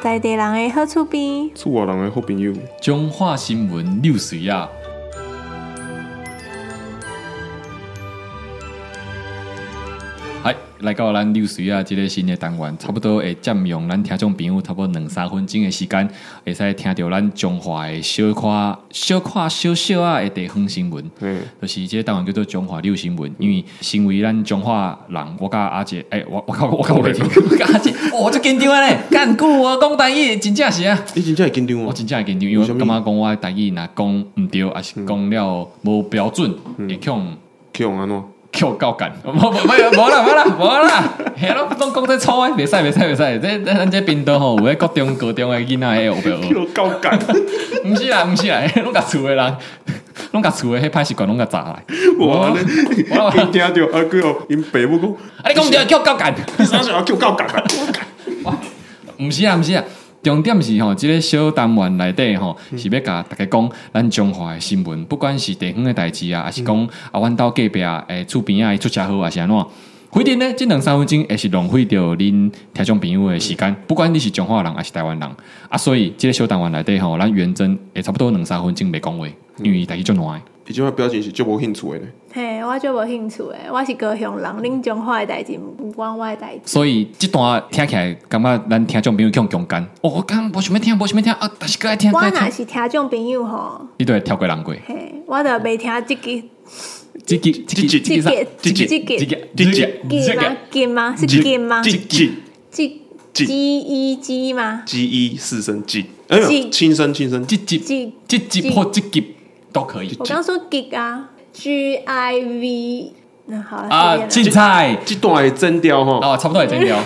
在地人的好处边，厝外人的好朋友，中华新闻六水啊，嗨，哎来到咱六水啊，这个新的单元，差不多会占用咱听众朋友差不多两三分钟的时间，会使听到咱中华的小可小可小小啊的地方新闻。嘿，就是这个单元叫做中华六新闻，因为身为咱中华人，我甲阿姐，哎、我我靠，我靠，我来听， 我甲阿姐，哦，足紧张的咧，干久我讲台语，真正是啊。你真正会紧张我哦。真正会紧张，因为我感觉讲我的台语若讲毋对，还是讲了无标准，会强去用安怎？强教干。 无无无啦无啦无啦，遐拢拢讲这粗诶，袂使袂使袂使。这这咱这频道吼，有诶高中高中诶囡仔诶，有袂 学？有够干，毋是啦毋 是啦，拢甲厝诶人，拢甲厝诶迄歹习惯拢甲砸来。 哇！我安尼因听着啊，佮哦，因爸母讲，啊你讲毋对，叫教干。你啥时候叫够干啊？毋是啊，毋是啊，重点是吼，即、个小单元内底吼，是要甲大家讲咱中华的新闻，不管是地方的代志啊，还是讲啊，阮兜隔壁啊诶厝边啊出车祸啊是安怎样。反正呢，即两三分钟也是浪费着恁听众朋友的时间，不管你是中华人还是台湾人啊，所以即个小单元内底吼，咱元真会差不多两三分钟袂讲话，因为大家足烂的。伊种表情是足无兴趣的呢。嘿，我就无兴趣诶。我是高雄人，恁中华的代志毋关我的代志。所以即段听起来感觉咱听众朋友强强干，哦，我刚无想要听，无想要听啊，但是个爱听，我还若爱听，是听众朋友吼，你都会跳过人过。嘿，我就袂听即个这个这个这个这个这个这个这个这金吗金吗？个？是金吗？ G G 即即 G 一 G 吗？ G 一四声 G，哎呦， G 轻声轻声这集这集破这集都可以我刚说 gig 啊，G I V，那好了啊，随凊彩这段的真调吼，哦，差不多会真了。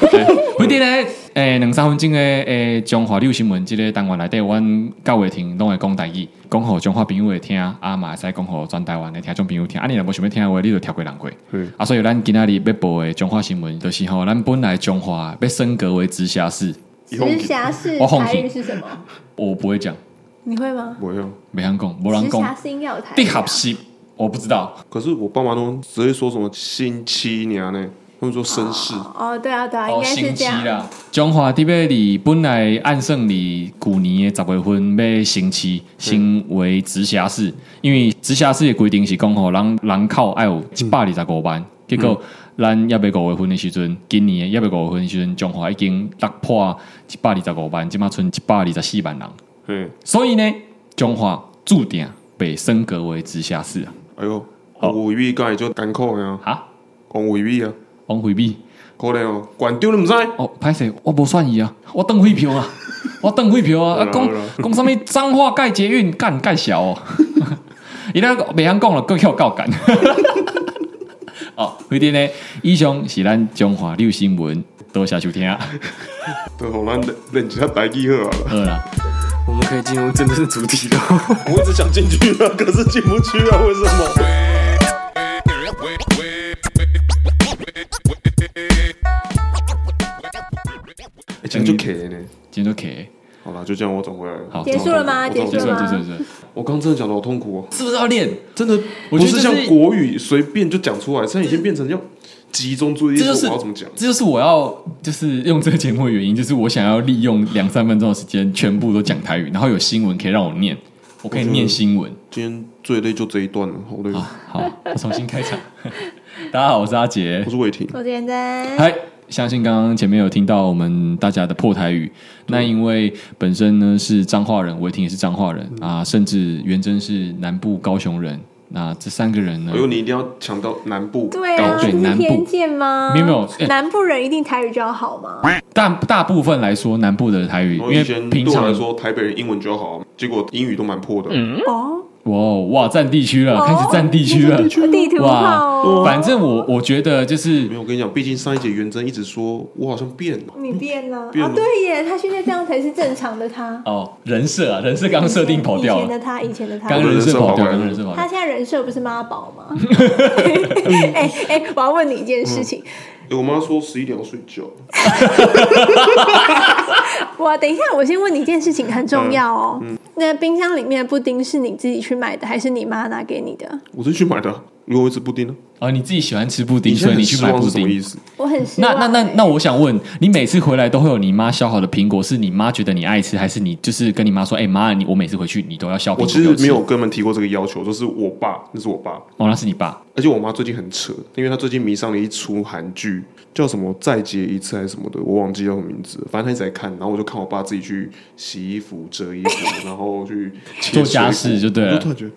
反正咧，诶，两三分钟的诶，中华六新闻即个单元内底，阮教会听拢会讲台语，讲互中华朋友会听，啊嘛会使讲互全台湾的听众朋友听。啊，你若无想要听的话，你就跳过人过。嗯啊，所以咱今仔日要播的中华新闻，就是吼，咱本来中华要升格为直辖市，便直辖市我放台屁语是什么？我不会讲，你会吗？没有。袂晓讲，无人直辖讲，市应该有台语啊。地合是我不知道。可是我爸妈都只会说什么星期娘呢，他们说绅士，哦，对啊，对啊，应哦，该是星这期样。啦。中华特别里本来按算里旧年的十月份要升旗，升为直辖市，因为直辖市的规定是讲吼，人人口要有一百二十五万，结果。咱一百五月份的时阵，今年的一百五月份的时阵，中华已经突破一百二十五万，即马剩一百二十四万人。嗯，所以呢，中华注定被升格为直辖市啊！哎呦，维语讲伊就艰苦的啊，哈，讲维语啊，王惠美。可能哦，县长你毋知，哦，歹势，我无选伊啊，我邓惠票 啊，我邓惠票啊，好啊啦 讲好啦讲啥物脏话盖捷运干盖小哦， 伊那袂晓讲了，更叫告干。 哦，非得呢，以上是咱中华六新闻，多谢收听，好都互咱认认一下台语好啊。啦。我们可以进入真正的主题了。 我一直想进去啊，可是进不去啊，为什么？哎，真就 K 呢。今天都 K，好啦，就这样，我转回来了。好结束了吗我转回来结结束束了了结吗束了，结束了我刚真的讲的好痛苦哦，是不是要练？真的不我觉得是这像是国语随便就讲出来，现在已经变成要集中注意力，这就说是我要怎么讲。这就是我要就是用这个节目的原因，就是我想要利用两三分钟的时间，全部都讲台语，然后有新闻可以让我念，我可以我觉得念新闻。今天最累就这一段了，好累。啊，好，我重新开场。 大家好，我是阿杰我。是伟霆，我简单。嗨，相信刚刚前面有听到我们大家的破台语。那因为本身呢是彰化人，伟霆也是彰化人、嗯啊，甚至元真是南部高雄人。那这三个人呢哎，呦，你一定要抢到南部，对啊，高这哦对南是部偏见吗？没有没有哎南部人一定台语就要好吗？大大部分来说南部的台语，因我为哦以前对平我来常嗯说，台北人英文就好，结果英语都蛮破的。哦，哇哇占地区了，哦呃开始占地区了。地图炮哦，反正我我觉得就是没有，我跟你讲，毕竟上一节元真一直说我好像变了，你变了变啊了！对耶，他现在这样才是正常的他。哦人设啊，人设刚设定跑掉以前了，的他，以前的他。刚人设跑掉，我的人设跑掉了刚人设跑掉他了。现在人设不是妈宝吗？ 嗯哎哎，我要问你一件事情，哎、我妈说十一点要睡觉，我等一下，我先问你一件事情，很重要嗯哦。那冰箱里面的布丁是你自己去买的，还是你妈拿给你的？我是去买的，因为我一直布丁呢、哦，你自己喜欢吃布丁，现所在以很你去失买哦望布是什么意丁。思？我很失那望那那欸那，我想问你，每次回来都会有你妈削好的苹果，是你妈觉得你爱吃，还是你就是跟你妈说，哎、妈，你我每次回去你都要削苹我果？其实没有。跟他们提过这个要求，就是我爸，那是我爸，哦，那是你爸。而且我妈最近很扯，因为她最近迷上了一出韩剧，叫什么《再结一次》还是什么的，我忘记叫什么名字了。反正她一直在看，然后我就看我爸自己去洗衣服、折衣服，然后去切 做家水果事就对了我就突然觉得，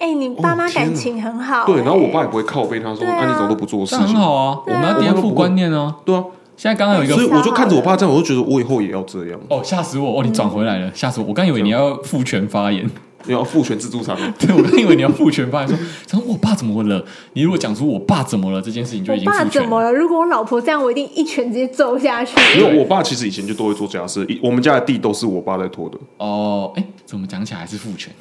哎、你爸妈哦天哪感情很好、欸对，然后我爸也不会靠背，他说：“对啊啊，你怎么都不做事这样很情好啊，我对啊们要颠覆观念哦、？”对啊，现在刚刚有一所以个我就看着我爸这样，我就觉得我以后也要这样，哦，吓死我！哦，你转回来了，吓死我！我刚以为你要父权发 言，要父权自助餐。对我刚以为你要父权发言，说，想说我爸怎么了？你如果讲出我爸怎么了这件事情，就已经我爸父怎权么。了？如果我老婆这样，我一定一拳直接揍下去。没有，我爸其实以前就都会做家事，一我们家的地都是我爸在拖的。哦，哎，怎么讲起来还是父权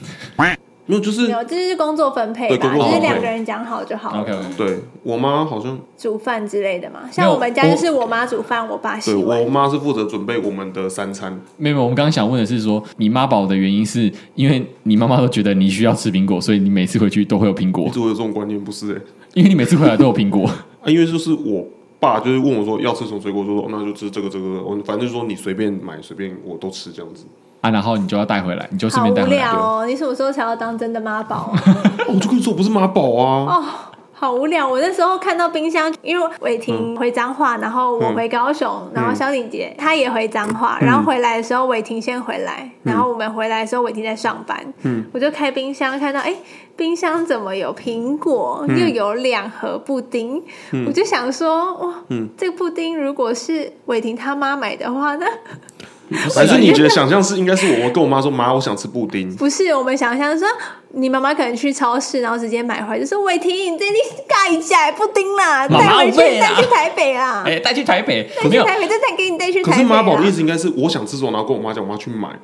没有，就是没有，这就是工作分配对吧，工就作是分配两个人讲好就好？OK 了。 OK，对我妈好像煮饭之类的嘛，没像有我们家就是我妈煮饭，我爸洗对碗我。妈是负责准备我们的三餐，没有，我们刚刚想问的是说，你妈宝的原因是因为你妈妈都觉得你需要吃苹果，所以你每次回去都会有苹一 果，直我有这种观念，不是、欸？因为你每次回来都有苹果。啊，因为就是我爸就是问我说要吃什么水果，我就说哦那就吃这个这个，我反正就是说你随便买随便我都吃这样 子。啊，然后你就要带回来，你就顺好便带无回来。聊哦！你什么时候才要当真的妈宝啊？哦我就跟你说我不是妈宝哦啊，好无聊！我那时候看到冰箱，因为伟嗯霆回彰化，然后我回高雄，然后萧鼎杰他也回彰化，然后回来的时候伟霆先回来，然后我们回来的时候伟霆在上班，嗯我就开冰箱看到哎。冰箱怎么有苹果，又有两盒布丁？嗯我就想说，哇，这个布丁如果是伟霆他妈买的话，那 哎还啊是你觉得想象是应该是我我跟我妈说妈我想吃布丁，不是我们想象说，你妈妈可能去超市，然后直接买回来，就说伟霆，你这里盖起来布丁啦，妈啊妈带回我背去，啦带去台北啊啦，哎，带去台北带没去有？台北，再再给你带去可台是北啊啦。妈宝的意思应该是我想吃什么，然后跟我妈讲，我妈去买。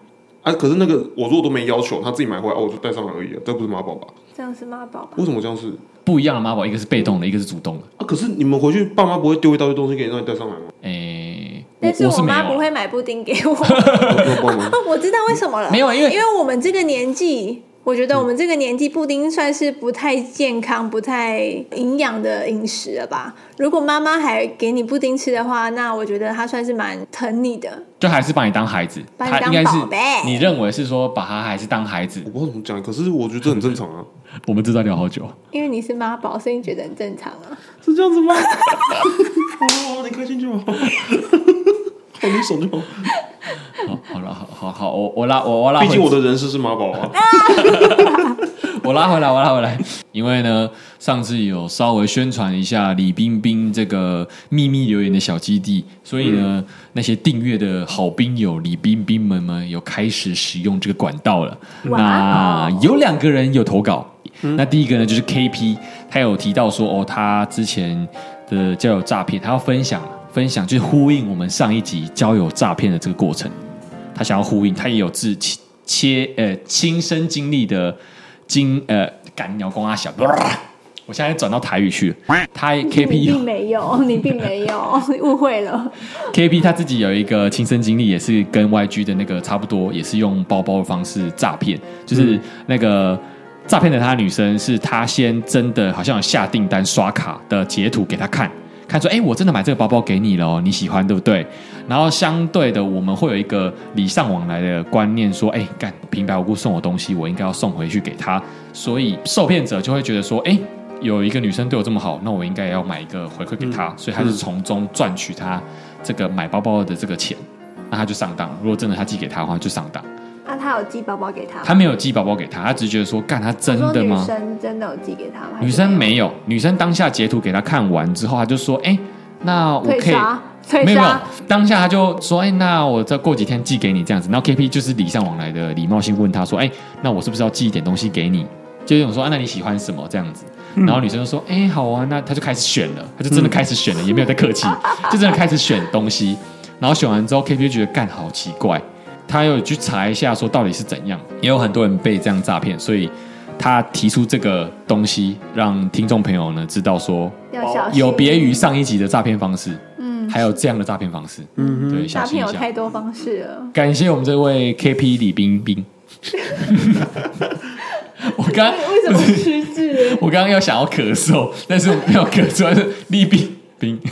啊！可是那个我如果都没要求，她自己买回来，哦，我就带上来而已、啊，这不是妈宝吧？这样是妈宝吧？为什么这样是？不一样的妈宝，一个是被动的，一个是主动的。啊，可是你们回去，爸妈不会丢一大堆东西给你，让你带上来 吗？哎，我但是我是没妈不有啊。会买布丁给 我，要帮忙。我知道为什么了。没有啊因为嗯因为我们这个年纪。我觉得我们这个年纪，布丁算是不太健康、不太营养的饮食了吧？如果妈妈还给你布丁吃的话，那我觉得她算是蛮疼你的。就还是把你当孩子，把你他应当该是宝贝你认为是说把他还是当孩子我。不知道怎么讲，可是我觉得这很正常啊，我们知道聊好久，因为你是妈宝，所以你觉得很正常啊。 是这样子吗？ 哦，你开心 就好，好你爽就好。好，好了，好好好，我我拉我我拉回，毕竟我的人设是妈宝啊， 我拉回来，我拉回来。因为呢，上次有稍微宣传一下李冰冰这个秘密留言的小基地，所以呢，那些订阅的好兵友李冰冰们们有开始使用这个管道了。哇那哦有两个人有投稿，那第一个呢就是 KP，他有提到说哦，他之前的交友诈骗，他要分享分享，就是呼应我们上一集交友诈骗的这个过程。他想要呼应，他也有自切切呃亲身经历的经呃赶鸟公阿小， 我现在转到台语去了。他你 KP 有并没 有，你并没有，你误会了。 KP 他自己有一个亲身经历，也是跟 YG 的那个差不多，也是用包包的方式诈骗，就是那个诈骗的他女生是他先真的好像有下订单刷卡的截图给他看。看说，哎、我真的买这个包包给你了哦，你喜欢对不对？然后相对的，我们会有一个礼尚往来的观念，说，哎、干平白无故送我东西，我应该要送回去给他。所以受骗者就会觉得说，哎、有一个女生对我这么好，那我应该也要买一个回馈给她，所以他是嗯从中赚取他这个买包包的这个钱，那他就上当了。如果真的他寄给他的话，就上当。那、他啊有寄包包给他吗？他没有寄包包给他，他只是觉得说，干他真说的女吗？生真的有寄给他吗？女生没有，女生当下截图给他看完之后，他就说，哎、那我退可以。刷，退没有没有刷。，当下他就说：“哎、那我再过几天寄给你这样子。”然后 KP 就是礼尚往来的礼貌性问他说：“哎、那我是不是要寄一点东西给你？”就有种说：“啊，那你喜欢什么？”这样子。然后女生就说：“哎、好啊。”那他就开始选了，他就真的开始选了，也没有在客气，就真的开始选东西。然后选完之后，KP 就觉得干好奇怪，他又去查一下说到底是怎样，也有很多人被这样诈骗，所以他提出这个东西让听众朋友呢知道说要小心，有别于上一集的诈骗方式，嗯，还有这样的诈骗方式，嗯，对，小诈心骗一有下。太多方式了。 感谢我们这位 KP 李冰冰，我刚为什么失智？ 我刚刚要想要咳嗽，但是我没有咳出来，是利弊冰。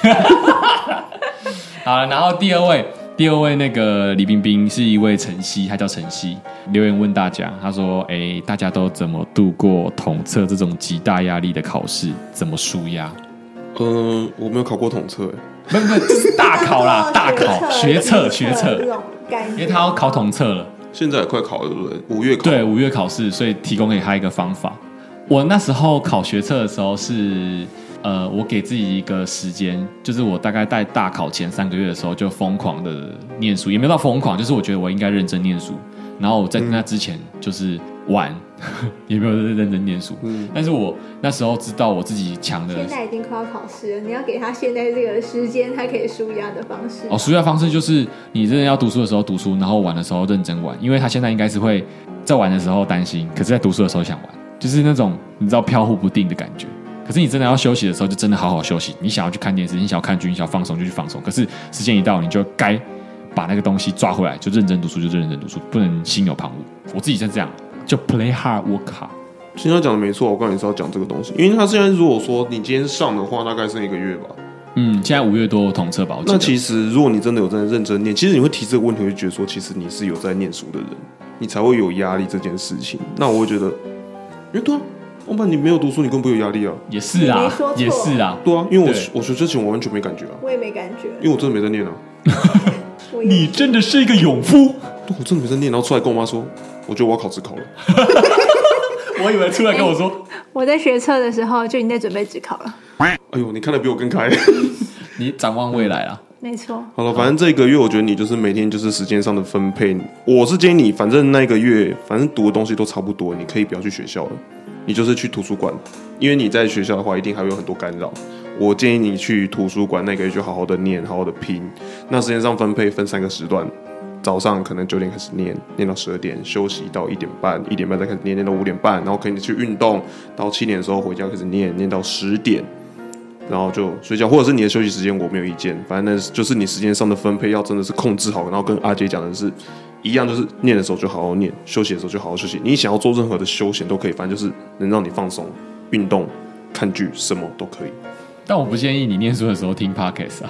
好了，然后第二位，第二位那个李冰冰是一位晨曦，她叫晨曦，留言问大家，她说：“哎、大家都怎么度过统测这种极大压力的考试？怎么舒压？”嗯，我没有考过统测，哎不是不是，这是大考 啦，大考学测学测这，种感因觉为他要考统测了。现在也快考了，对不对？五月考，对，五月考试，所以提供给他一个方法。我那时候考学测的时候是，呃，我给自己一个时间，就是我大概在大考前三个月的时候就疯狂的念书，也没有到疯狂，就是我觉得我应该认真念书。然后我在那之前就是玩， 也没有认真念书。但是我那时候知道我自己强的现在已经快要考试了，你要给他现在这个时间，他可以舒压的方式。哦，暑假方式就是你真的要读书的时候读书，然后玩的时候认真玩，因为他现在应该是会在玩的时候担心，可是在读书的时候想玩，就是那种你知道飘忽不定的感觉。可是你真的要休息的时候，就真的好好休息。你想要去看电视，你想要看剧，你想要放松就去放松。可是时间一到，你就该把那个东西抓回来，就认真读书，就认真读书，不能心有旁骛。我自己是这样，就 play hard work hard。现在讲的没错，我刚才也是要讲这个东西，因为他现在如果说你今天上的话，大概剩一个月吧。嗯，现在五月多统测吧，我记那得其实如果你真的有真的认真念，其实你会提这个问题，会觉得说，其实你是有在念书的人，你才会有压力这件事情。那我会觉得，因为对啊，要不然你没有读书，你更不会有压力啊。也是啊你没说，错也是啊。对啊，因为我对我学之前我完全没感觉啊，我也没感觉，因为我真的没在念啊，我也你真的是一个勇夫，对我真的没在念，然后出来跟我妈说，我觉得我要考自考了。我以为出来跟我说。我在学测的时候就已经在准备职考了，哎呦，你看的比我更开。你展望未来啊，没错。好了，反正这个月我觉得你就是每天就是时间上的分配，我是建议你，反正那个月反正读的东西都差不多，你可以不要去学校了，你就是去图书馆，因为你在学校的话一定还会有很多干扰。我建议你去图书馆那个月就好好的念，好好的拼。那时间上分配分三个时段，早上可能九点开始念，念到十二点，休息到一点半，一点半再开始念，念到五点半，然后可以去运动，到七点的时候回家开始念，念到十点，然后就睡觉，或者是你的休息时间，我没有意见。反正就是你时间上的分配要真的是控制好，然后跟阿杰讲的是一样，就是念的时候就好好念，休息的时候就好好休息。你想要做任何的休闲都可以，反正就是能让你放松、运动、看剧，什么都可以。但我不建议你念书的时候听 podcast 啊。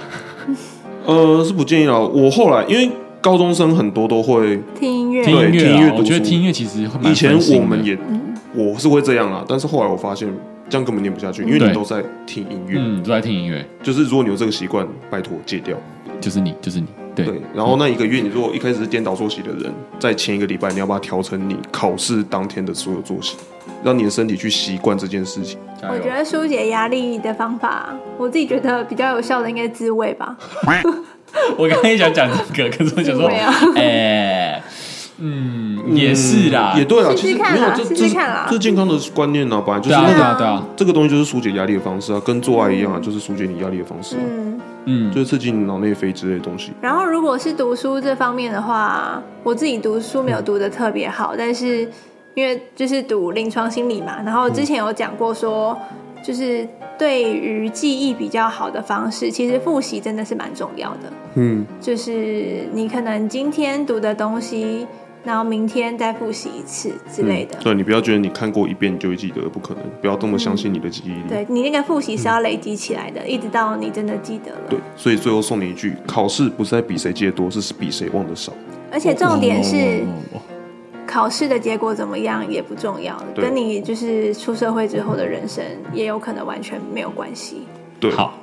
呃，是不建议啦。我后来因为高中生很多都会，听音乐，听音乐、听音乐啊，读书我觉得听音乐其实会蛮以前分心的我们也我是会这样啦，但是后来我发现这样根本念不下去，因为对你都在听音乐。嗯都在听音乐，就是如果你有这个习惯，拜托戒掉。就是你，就是你，对，对，然后那一个月，你如果一开始是颠倒作息的人，在前一个礼拜，你要把它调成你考试当天的所有作息，让你的身体去习惯这件事情。加油我觉得疏解压力的方法，我自己觉得比较有效的应该是自慰 吧。我刚才也想讲这个，可是我想自说慰，啊，哎、嗯，也是啦，嗯也对啊，试其试实看没有啦这试这试是看啦这是健康的观念啊，本来就对是啊，对啊对啊，对啊，这个东西就是疏解压力的方式啊，跟做爱一样啊，就是疏解你压力的方式啊，嗯。嗯，就是刺激你脑内啡之类的东西。然后如果是读书这方面的话，我自己读书没有读的特别好，但是因为就是读临床心理嘛，然后之前有讲过说，就是对于记忆比较好的方式，其实复习真的是蛮重要的。嗯，就是你可能今天读的东西，然后明天再复习一次之类的。对你不要觉得你看过一遍你就会记得，不可能，不要这么相信你的记忆力。嗯对你那个复习是要累积起来的，一直到你真的记得了。对，所以最后送你一句：考试不是在比谁记得多，是比谁忘得少。而且重点是哦哦哦哦考试的结果怎么样也不重要，对跟你就是出社会之后的人生也有可能完全没有关系。对，好，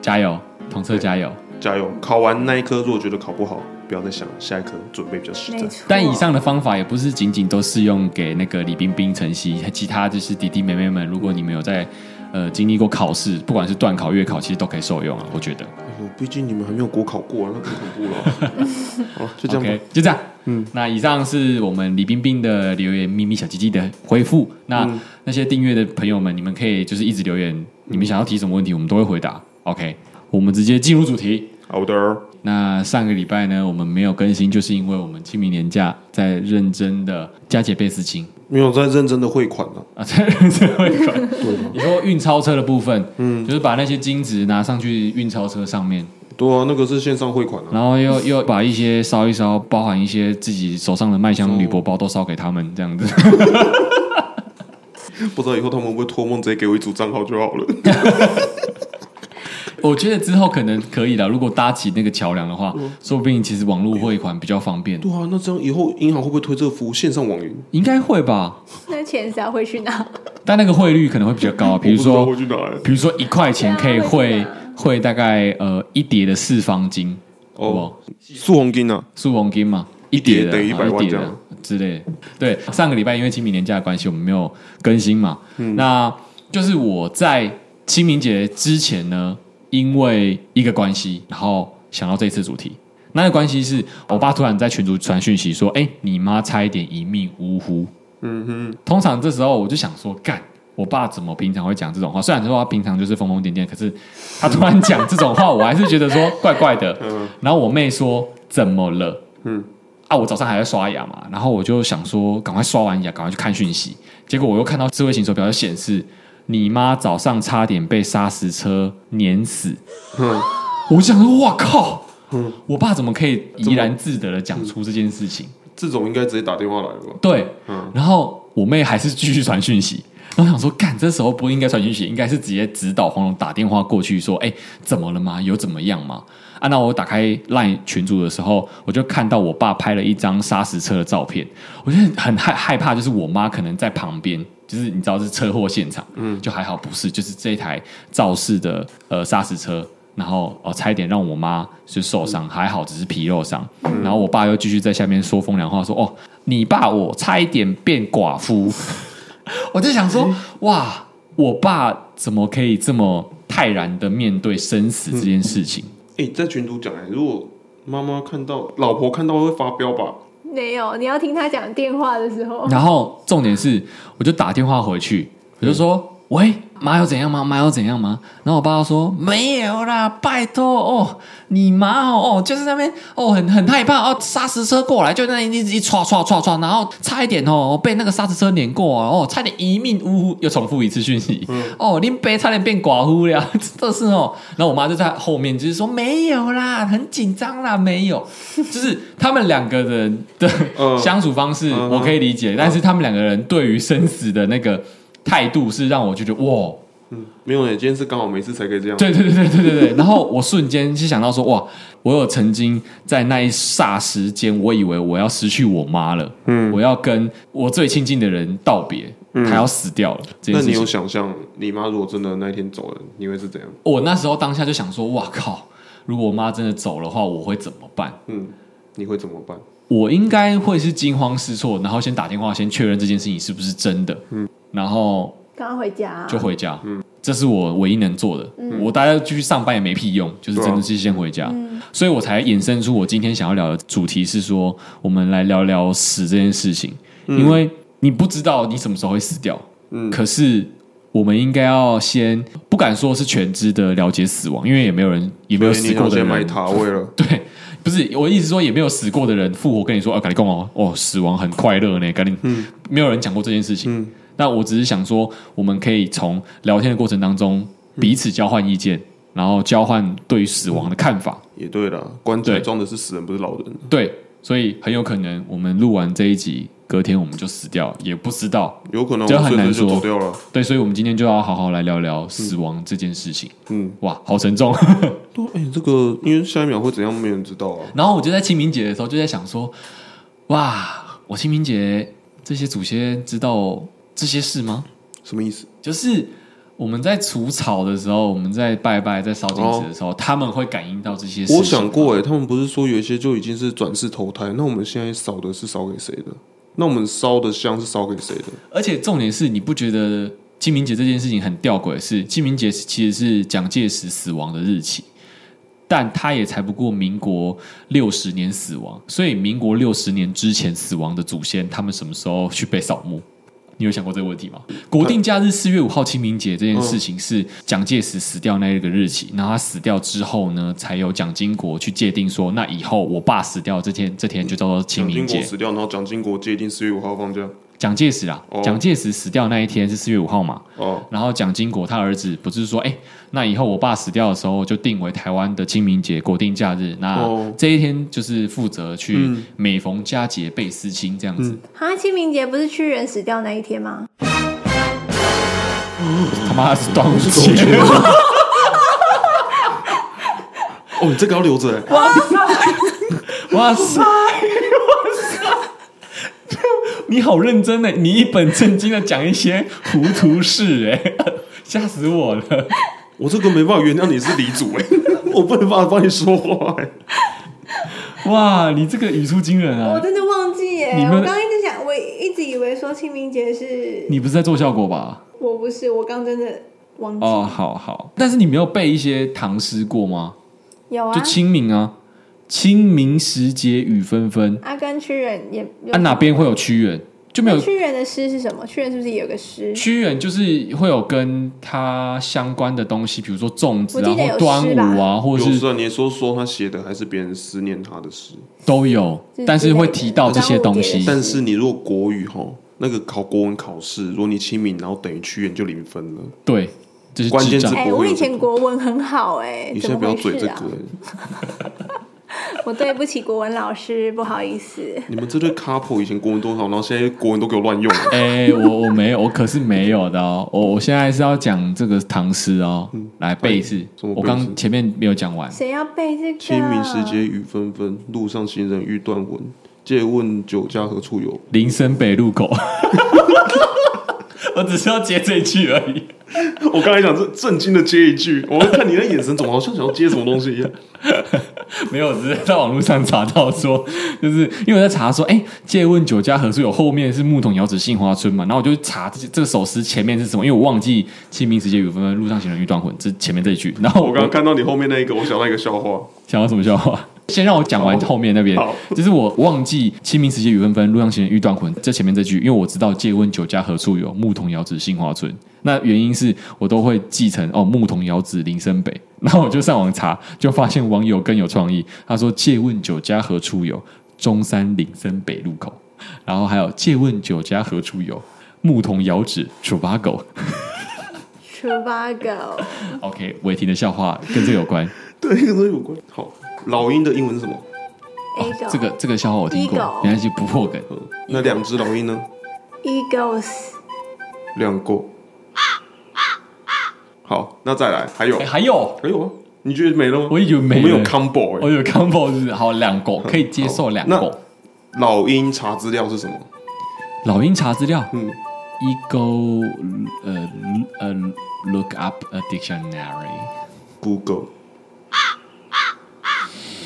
加油，同策加油。加油！考完那一科，如果觉得考不好，不要再想了，下一科准备比较实在没。错。但以上的方法也不是仅仅都适用给那个李冰冰、晨曦，其他就是弟弟妹妹们，如果你们有在呃经历过考试，不管是段考、月考，其实都可以受用啊，我觉得。哎呦，毕竟你们还没有国考过、啊，那更恐怖了。 好了，就这样吧。 OK，就这样。嗯，那以上是我们李冰冰的留言，咪咪小鸡鸡的回复。那、嗯那些订阅的朋友们，你们可以就是一直留言，你们想要提什么问题，我们都会回答。OK，我嗯们直接进入主题。好的，那上个礼拜呢，我们没有更新，就是因为我们清明年假在认真的加解贝斯琴没有在认真的汇款了、啊，在认真汇款。对吧？你说运钞车的部分，嗯，就是把那些金子拿上去运钞车上面，对啊，那个是线上汇 款啊。然后又又把一些烧一嗯烧，包含一些自己手上的麦香铝箔包都烧给他们，这样子。不知道以后他们会不会托梦直接给我一组账号就好了。 我觉得之后可能可以了，如果搭起那个桥梁的话，嗯说不定其实网络汇款比较方便，对啊，那这样以后银行会不会推这个服务线上网银？应该会吧？那钱是要回去拿，但那个汇率可能会比较高，啊比如我说不知道会去哪、欸？比如说一块钱可以对汇啊汇大概呃一叠的四方金，哦哦，速红金啊，速红金嘛，一一叠叠等于的100万啊一叠这的样之类的。对，上个礼拜因为清明年假的关系，我们没有更新嘛。嗯那就是我在清明节之前呢，因为一个关系，然后想到这次主题。那个关系是我爸突然在群组传讯息说：“哎、你妈差一点一命呜呼。”嗯通常这时候我就想说，干，我爸怎么平常会讲这种话？虽然说他平常就是疯疯癫癫，可是他突然讲这种话，我还是觉得说怪怪的。然后我妹说怎么了？嗯嗯，啊，我早上还在刷牙嘛，然后我就想说赶快刷完牙，赶快去看讯息。结果我又看到智慧型手表就显示，你妈早上差点被砂石车碾死。嗯哼，我就想说，哇靠！嗯我爸怎么可以怡然自得的讲出这件事情？这种应该直接打电话来了吧？对，嗯然后我妹还是继续传讯息。然后我想说，干，这时候不应该传讯息，应该是直接指导黄龙打电话过去说，哎，怎么了吗？有怎么样吗？啊，那我打开 LINE 群组的时候，我就看到我爸拍了一张砂石车的照片，我就很害害怕，就是我妈可能在旁边，就是你知道是车祸现场，嗯，就还好不是，就是这台肇事的呃砂石车，然后哦差一点让我妈就受伤，还好只是皮肉伤，然后我爸又继续在下面说风凉话，说哦你爸我差一点变寡妇， 我就想说哇，我爸怎么可以这么泰然的面对生死这件事情？哎、在群主讲哎，如果妈妈看到老婆看到会发飙吧？没有，你要听他讲电话的时候，然后重点是，我就打电话回去，我就说：“喂，妈有怎样吗？妈有怎样吗？”然后我爸就说：“没有啦，拜托哦，你妈哦哦，就是那边哦，很很害怕哦，砂石车过来就在那里一直一唰唰唰唰，然后差一点哦被那个砂石车碾过哦，差点一命呜呼。”又重复一次讯息，哦，林北差点变寡妇了，这是哦。然后我妈就在后面就是说：“没有啦，很紧张啦，没有。”就是他们两个人的嗯相处方式，嗯我可以理解，但是他们两个人对于生死的那个态度，是让我就觉得哇，嗯，没有哎、今天是刚好没事才可以这样。对对对对对对对。然后我瞬间就想到说，哇，我有曾经在那一霎时间，我以为我要失去我妈了，嗯我要跟我最亲近的人道别，嗯她要死掉了。这那件事你情。有想象你妈如果真的那一天走了，你会是怎样？我那时候当下就想说，哇靠！如果我妈真的走的话，我会怎么办？嗯，你会怎么办？我应该会是惊慌失措，然后先打电话先确认这件事情是不是真的，嗯，然后赶快回家啊、就回家，嗯，这是我唯一能做的。我大家继续上班也没屁用，啊就是真的是先回家，所以我才衍生出我今天想要聊的主题是说，我们来聊聊死这件事情，因为你不知道你什么时候会死掉，嗯可是我们应该要先不敢说是全知的了解死亡，因为也没有人也没有所以死哎你过想的先人买塔位了。 对，不是我意思说，也没有死过的人复活跟你说啊，赶紧讲哦，哦，死亡很快乐呢，赶紧，没有人讲过这件事情。嗯那我只是想说，我们可以从聊天的过程当中彼此交换意见，然后交换对于死亡的看法。也对啦，棺材对装的是死人，不是老人。啊对，所以很有可能我们录完这一集，隔天我们就死掉了，也不知道。有可能这我很随难着就说走掉了。对，所以我们今天就要好好来聊聊死亡这件事情。嗯，哇，好沉重。对，哎、这个因为下一秒会怎样，没人知道啊。然后我就在清明节的时候就在想说，哇，我清明节这些祖先知道这些事吗？什么意思？就是我们在除草的时候，我们在拜拜、在烧金纸的时候，他们会感应到这些事情。哦我想过、，哎，他们不是说有一些就已经是转世投胎，那我们现在烧的是烧给谁的？那我们烧的香是烧给谁的？而且重点是，你不觉得清明节这件事情很吊诡？是清明节其实是蒋介石死亡的日期，但他也才不过民国六十年死亡，所以民国六十年之前死亡的祖先，他们什么时候去被扫墓？你有想过这个问题吗？国定假日四月五号清明节这件事情是蒋介石死掉那一个日期，然后他死掉之后呢，才有蒋经国去界定说，那以后我爸死掉这天，这天就叫做清蒋明经节国。死掉，然后蒋经国界定四月五号放假。蒋介石啊哦，蒋介石死掉那一天是四月五号嘛，哦，然后蒋经国他儿子不是说，哎、那以后我爸死掉的时候就定为台湾的清明节国定假日，那哦这一天就是负责去嗯每逢佳节倍思亲这样子。啊，清明节不是屈原死掉那一天吗？他妈嗯是端午 节，哦，你这个要留着、欸，哇塞，哇塞， 你好认真呢，你一本正经的讲一些糊涂事哎， 吓死我了。我这个没办法原谅你是李主哎、 我不能办法帮你说话哎、哇，你这个语出惊人我啊！真的忘记耶！你们我刚刚一直想，我一直以为说清明节是，你不是在做效果吧？我不是，我刚真的忘记。哦，好好，但是你没有背一些唐诗过吗？有啊就，清明啊，清明时节雨纷纷，啊跟屈原也有啊哪边会有屈原？就没有屈原的诗是什么？屈原是不是也有个诗？屈原就是会有跟他相关的东西，比如说粽子我啊，记得有或端诗吧午啊，或有者是时候你说说他写的还是别人思念他的诗，都有是，但是会之类的提到这些东西。但是你如果国语吼，那个考国文考试，如果你清明然后等于屈原就零分了。对，这是关键智障字 哎、国文我以前国文很好哎、你怎现在么不要回嘴事这啊？个、 我对不起国文老师，不好意思。你们这对 couple 以前国文多好，然后现在国文都给我乱用。啊 哎、我我没有，我可是没有的哦。我我现在是要讲这个唐诗哦，来背一次。嗯什么背我一次刚前面没有讲完，谁要背这个？清明时节雨纷纷，路上行人欲断魂。借问酒家何处有？林森北路口。 我只是要接这一句而已。 我刚才想是震惊的接一句，我看你的眼神，怎么好像想要接什么东西一样。 没有，只是在网络上查到说，就是因为我在查说，哎、借问酒家何处有？后面是牧童遥指杏花村嘛，然后我就查这这首诗前面是什么，因为我忘记清明时节雨纷纷，路上行人欲断魂，这前面这一句。然后我刚刚看到你后面那一个，我想到一个笑话。想要什么笑 话？先让我讲完后面那边好，就是我忘记“清明时节雨纷纷，路上行人欲断魂”这前面这句，因为我知道“借问酒家何处有，牧童遥指杏花村”。那原因是我都会记成哦，“牧童遥指林森北”。 然后我就上网查，就发现网友更有创意，他说：“借问酒家何处有，中山林森北路口。”然后还有“借问酒家何处有，牧童遥指 Tobago”。 Trivago， OK，伟霆的笑话跟这个有关。对， 跟这有关。好，老鹰的英文是什么？ Eagle，哦这个这个笑话我听过 Eagle，没关系，不破梗。嗯那两只老鹰呢？ Eagles，两个。好，那再来，还有哎，还有，还有吗？你觉得没了吗？我以为没我了们有 combo 哎、我有 combo 是好两狗可以接受两好狗。老鹰查资料是什么？老鹰查资料嗯， ，ego 呃呃 look up a dictionary。 Google。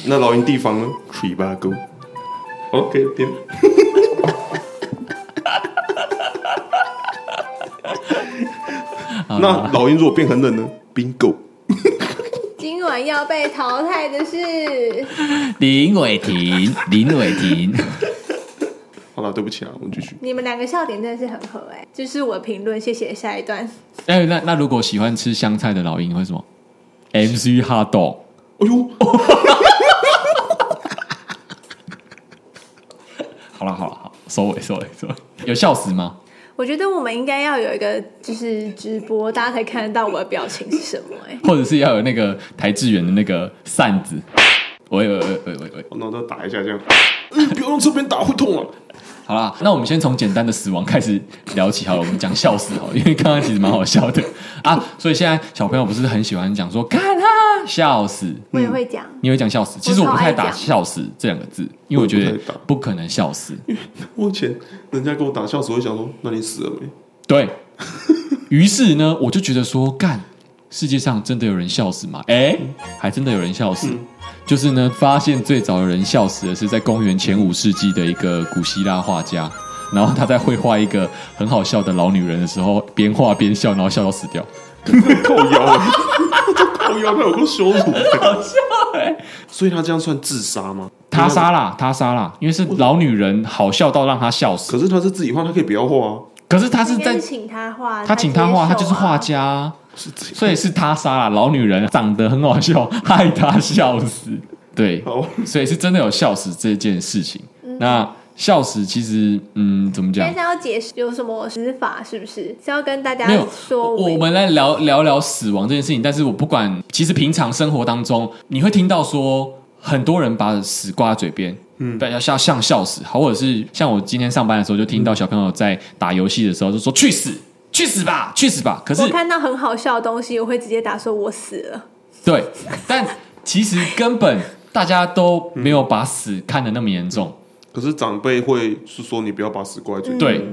那老鹰地方呢？Trivago。OK，点。那老鹰如果变很冷呢？Bingo。今晚要被淘汰的是林伟霆，林伟霆，好了，对不起啊，我们继续。你们两个笑点真的是很合哎、这是我的评论，谢谢。下一段，哎，那那如果喜欢吃香菜的老鹰会什么？MC 哈斗，哎呦，好了好了好，收尾收尾收尾，有笑死吗？我觉得我们应该要有一个就是直播，大家可以看得到我的表情是什么哎、或者是要有那个台志远的那个扇子？喂喂喂喂喂喂，我脑袋打一下这样。哎不要用这边打，会痛啊！好啦，那我们先从简单的死亡开始聊起好了。我们讲笑死好了，因为刚刚其实蛮好笑的 啊。所以现在小朋友不是很喜欢讲说“看啊笑死我也会讲。”，你会讲笑死？其实我不太打我“超爱讲笑死”这两个字，因为我觉我得不太打不可能笑死。我以前人家跟我打笑时，我会想说，那你死了没？ 对于是呢，我就觉得说，干，世界上真的有人笑死吗？哎，还真的有人笑死。就是呢，发现最早有人笑死的是在公元前五世纪的一个古希腊画家，然后他在绘画一个很好笑的老女人的时候，边画边笑，然后笑到死掉。靠腰啊， 靠腰，他有够羞辱，啊好笑哎！所以他这样算自杀吗？他杀啦，他杀啦，因为是老女人好笑到让他笑死。可是他是自己画，他可以不要画啊，可是他是应该在是请他画，他请他接画，受他就是啊画家啊、是自己。所以是他杀了老女人，长得很好笑，害他笑死。对，好，所以是真的有笑死这件事情。嗯那笑死其实，嗯，怎么讲但？是要解释有什么死法，是不是是要跟大家没有，说我我们来聊聊聊死亡这件事情。但是我不管，其实平常生活当中，你会听到说很多人把死挂在嘴边，嗯，要像像笑死，好，或者是像我今天上班的时候，就听到小朋友在打游戏的时候就说去死。去死吧，去死吧！可是我看到很好笑的东西，我会直接打说我死了。对，但其实根本大家都没有把死看得那么严重。可是长辈会是说你不要把屎挂在嘴边，对，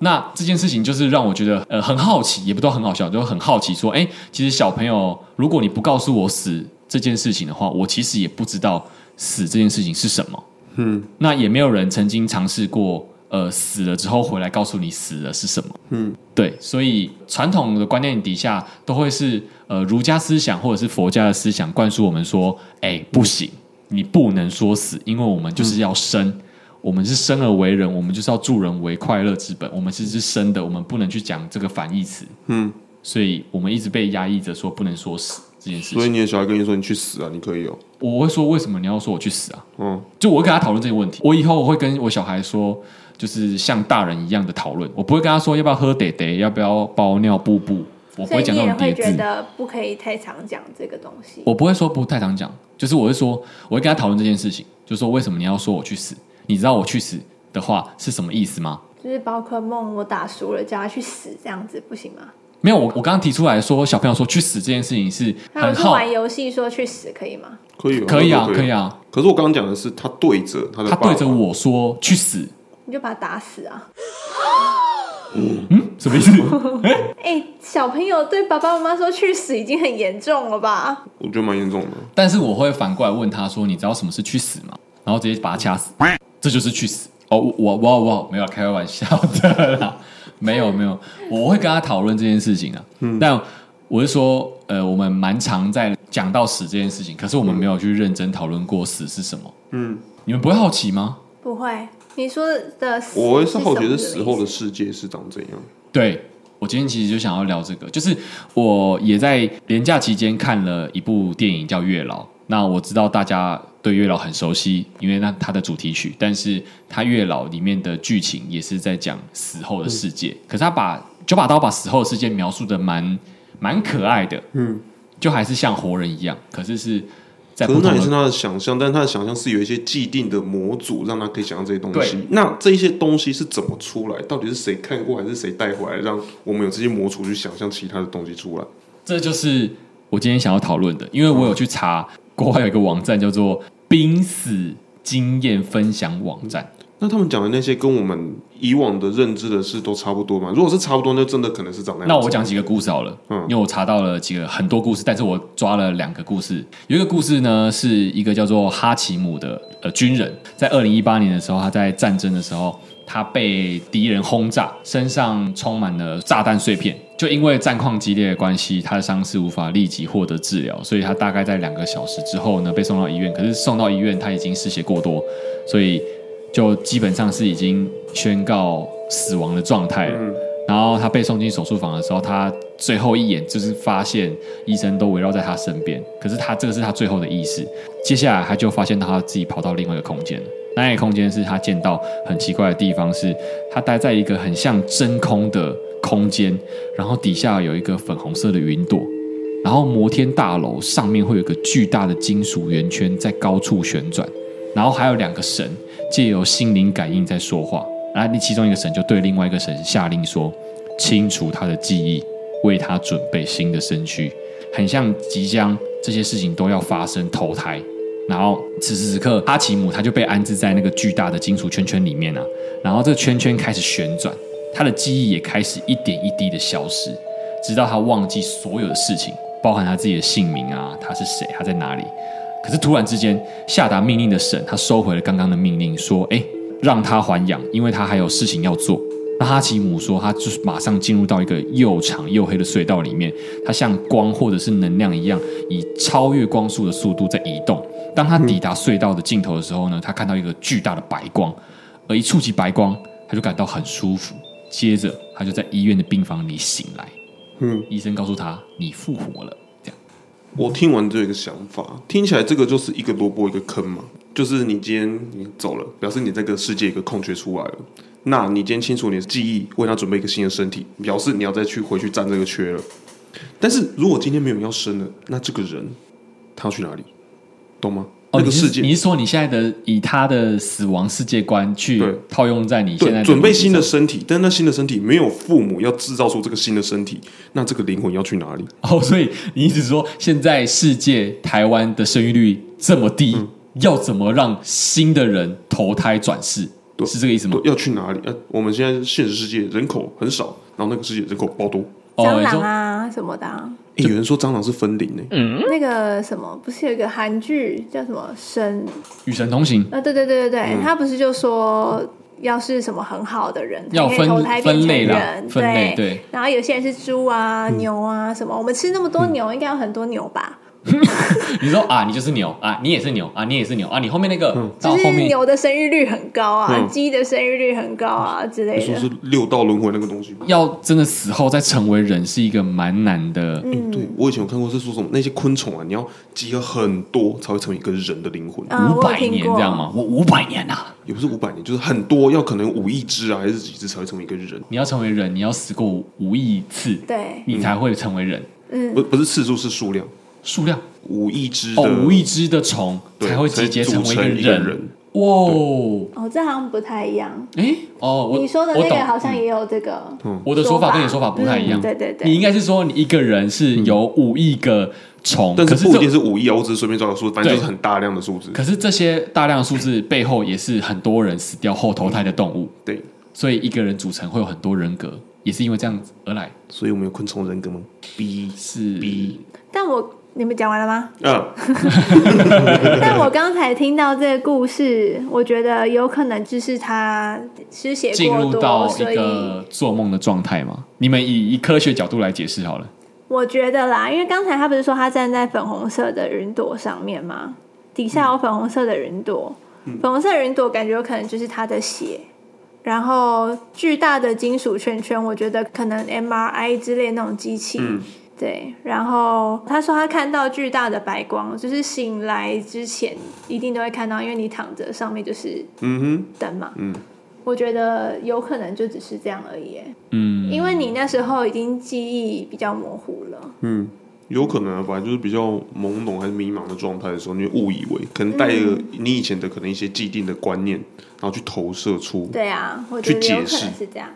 那这件事情就是让我觉得呃很好奇，也不知道很好笑，就很好奇说，哎、其实小朋友，如果你不告诉我死这件事情的话，我其实也不知道死这件事情是什么。嗯，那也没有人曾经尝试过，呃，死了之后回来告诉你死了是什么。嗯，对，所以传统的观念底下都会是呃儒家思想或者是佛家的思想灌输我们说，哎、不行，你不能说死，因为我们就是要生。我们是生而为人，我们就是要助人为快乐之本，我们是是生的，我们不能去讲这个反义词，嗯，所以我们一直被压抑着说不能说死这件事所以情。你的小孩跟你说你去死啊，你可以哦，我会说为什么你要说我去死啊？嗯，就我会跟他讨论这个问题，我以后我会跟我小孩说，就是像大人一样的讨论，我不会跟他说要不要喝得得，要不要包尿布布，我不所会以讲你那也种叠会觉字。得不可以太常讲这个东西。我不会说不太常讲，就是我会说，我会跟他讨论这件事情，就说为什么你要说我去死？你知道我去死的话是什么意思吗？就是宝可梦我打输了，叫他去死，这样子不行吗？没有，我我刚刚提出来说，小朋友说去死这件事情是他很们是好，玩游戏说去死可以吗？可以哦，可以啊，那都可以。啊。可是我刚刚讲的是他对着他的他爸爸对着，我说去死，你就把他打死啊！嗯，什么意思？哎、小朋友对爸爸妈妈说去死已经很严重了吧？我觉得蛮严重的。但是我会反过来问他说，你知道什么是去死吗？然后直接把他掐死，这就是去死。哦，我我我我没有开玩笑的啦，没有没有，我会跟他讨论这件事情啊。但我是说，呃，我们蛮常在讲到死这件事情，可是我们没有去认真讨论过死是什么。嗯，你们不会好奇吗？不会，你说的死我会是好奇什么是意死思后的世界是长怎样。对我今天其实就想要聊这个，就是我也在年假期间看了一部电影叫《月老》。那我知道大家对《月老》很熟悉，因为那它的主题曲，但是它《月老》里面的剧情也是在讲死后的世界，嗯可是他把九把刀把死后的世界描述的蛮蛮可爱的，嗯，就还是像活人一样，可是是在可不是那同也是的他的想象，但他的想象是有一些既定的模组，让他可以想象这些东西对。那这些东西是怎么出来？到底是谁看过，还是谁带回来，让我们有这些模组去想象其他的东西出来？这就是我今天想要讨论的，因为我有去查国外有一个网站叫做“濒死经验分享网站”，那他们讲的那些跟我们以往的认知的事都差不多吗？如果是差不多，那真的可能是长那样子。那我讲几个故事好了，嗯因为我查到了几个很多故事，但是我抓了两个故事。有一个故事呢，是一个叫做哈奇姆的呃军人，在二零一八年的时候，他在战争的时候，他被敌人轰炸，身上充满了炸弹碎片。就因为战况激烈的关系，他的伤势无法立即获得治疗，所以他大概在两个小时之后呢被送到医院。可是送到医院，他已经失血过多，所以就基本上是已经宣告死亡的状嗯态了。然后他被送进手术房的时候，他最后一眼就是发现医生都围绕在他身边，可是他这个是他最后的意识。接下来他就发现他自己跑到另外一个空间了，那一个空间是他见到很奇怪的地方是，他待在一个很像真空的空间，然后底下有一个粉红色的云朵，然后摩天大楼上面会有一个巨大的金属圆圈在高处旋转，然后还有两个神借由心灵感应在说话。然后其中一个神就对另外一个神下令说：“清除他的记忆，为他准备新的身躯。”很像即将这些事情都要发生投胎。然后此时此刻，哈奇姆他就被安置在那个巨大的金属圈圈里面啊，然后这个圈圈开始旋转，他的记忆也开始一点一滴的消失，直到他忘记所有的事情，包含他自己的姓名啊，他是谁，他在哪里。可是突然之间，下达命令的神他收回了刚刚的命令，说：“哎，让他还阳，因为他还有事情要做。”那哈奇姆说，他就是马上进入到一个又长又黑的隧道里面，它像光或者是能量一样，以超越光速的速度在移动。当他抵达隧道的尽头的时候呢，他看到一个巨大的白光，而一触及白光，他就感到很舒服。接着，他就在医院的病房里醒来，嗯，医生告诉他：“你复活了。”这样，我听完就有一个想法，听起来这个就是一个萝卜一个坑嘛，就是你今天你走了，表示你这个世界一个空缺出来了。那你今天清楚你的记忆，为他准备一个新的身体，表示你要再去回去占这个缺了。但是如果今天没有人要生了，那这个人他要去哪里？懂吗？哦，那你个是世界你是说你现在的以他的死亡世界观去对套用在你现在对，的准备问题新的上身体，但那新的身体没有父母要制造出这个新的身体，那这个灵魂要去哪里？哦，所以你一直说现在世界台湾的生育率这么低，嗯要怎么让新的人投胎转世？对是这个意思吗对？要去哪里？呃，我们现在现实世界人口很少，然后那个世界人口爆多。哦，蟑你螂说啊什么的啊。诶有人说蟑螂是分灵呢、嗯那个什么，不是有一个韩剧叫什么神与神同行啊？对对对对对，嗯他不是就说要是什么很好的人，要才可以分投胎变分成类啦人，，分类对。对，嗯然后有些人是猪啊、牛啊什么，我们吃那么多牛，应该有很多牛吧？你说啊，你就是牛啊，你也是牛啊，你也是牛啊，你后面那个就到后是面牛的生育率很高啊嗯，鸡的生育率很高啊嗯之类你说的。是六道轮回那个东西吗？要真的死后再成为人是一个蛮难的，嗯，对我以前有看过是说什么那些昆虫啊，你要集合很多才会成为一个人的灵魂，嗯五我有百听年过这样吗？我五百年呐、啊也不是五百年，就是很多，要可能五亿只啊，还是几只才会成为一个人？你要成为人，你要死过五五亿次，对，你才会成为人。嗯，不不是次数是数量，数量五亿只的哦，无意之的虫对才会集结成为组成一一个个人人。哇哦，哦，这好像不太一样。哎，哦，我你说的我那懂嗯个好像也有这个，我的说法跟你说法不太一样。嗯对对对你应该是说你一个人是有五亿个虫，但可是不一定这是五亿啊，我只是随便找个数，反正对就是很大量的数字。可是这些大量的数字背后也是很多人死掉后投胎的动物，对，所以一个人组成会有很多人格，也是因为这样子而来。所以我们有昆虫人格吗？B 是 B 但我你们讲完了吗？啊， 但我刚才听到这个故事，我觉得有可能就是他失血进过入多，到一所以个做梦的状态吗？你们以以科学角度来解释好了。我觉得啦，因为刚才他不是说他站在粉红色的云朵上面吗？底下有粉红色的云朵，嗯粉红色的云朵感觉有可能就是他的血。然后巨大的金属圈圈，我觉得可能 MRI 之类那种机器，嗯对。然后他说他看到巨大的白光，就是醒来之前一定都会看到，因为你躺着上面就是嗯灯嘛。嗯我觉得有可能就只是这样而已耶，嗯，因为你那时候已经记忆比较模糊了哼。嗯，有可能啊，反正就是比较懵懂还是迷茫的状态的时候，你会误以为可能带着嗯你以前的可能一些既定的观念，然后去投射出。对啊，我觉得去解有可能释是这样。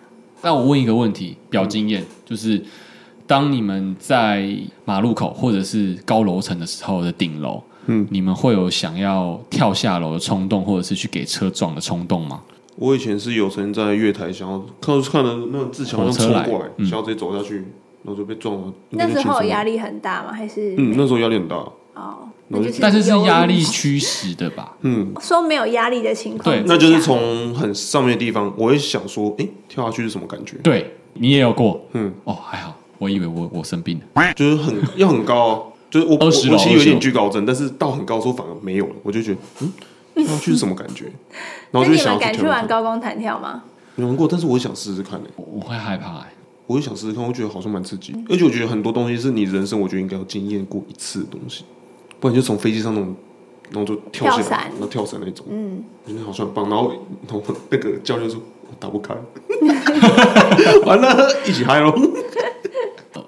那我问一个问题，表经验、就是，当你们在马路口或者是高楼层的时候的顶楼，嗯，你们会有想要跳下楼的冲动，或者是去给车撞的冲动吗？我以前是有曾经在月台想要看看到那个自强好像冲火车过来来，嗯想要直接走下去，然后就被撞了。应该那就时全候身压力很大吗？还是、嗯，那时候压力很大。哦，我那就就是但是是忧郁压力驱使的吧？嗯，说没有压力的情况对之下，那就是从很上面的地方，我会想说，诶，跳下去是什么感觉？对你也有过，嗯，哦，还好，我以为我我生病了，就是 很要很高、啊，就是我我我20楼其实有20哦点楼惧高症，但是到很高的时候反而没有了，我就觉得嗯，跳下去是什么感觉？然后那就你们想要敢去去跳玩看看。高空弹跳吗？没玩过，但是我想试试看诶、我我会害怕、欸。我就想试试看，我觉得好像蛮刺嗯激，而且我觉得很多东西是你人生我觉得应该要经验过一次的东西，不然就从飞机上那种。然后就跳跳下来伞，然后跳伞那种，嗯，我觉得好像很棒。然后，然后那个教练说我打不开， 完了，一起嗨喽！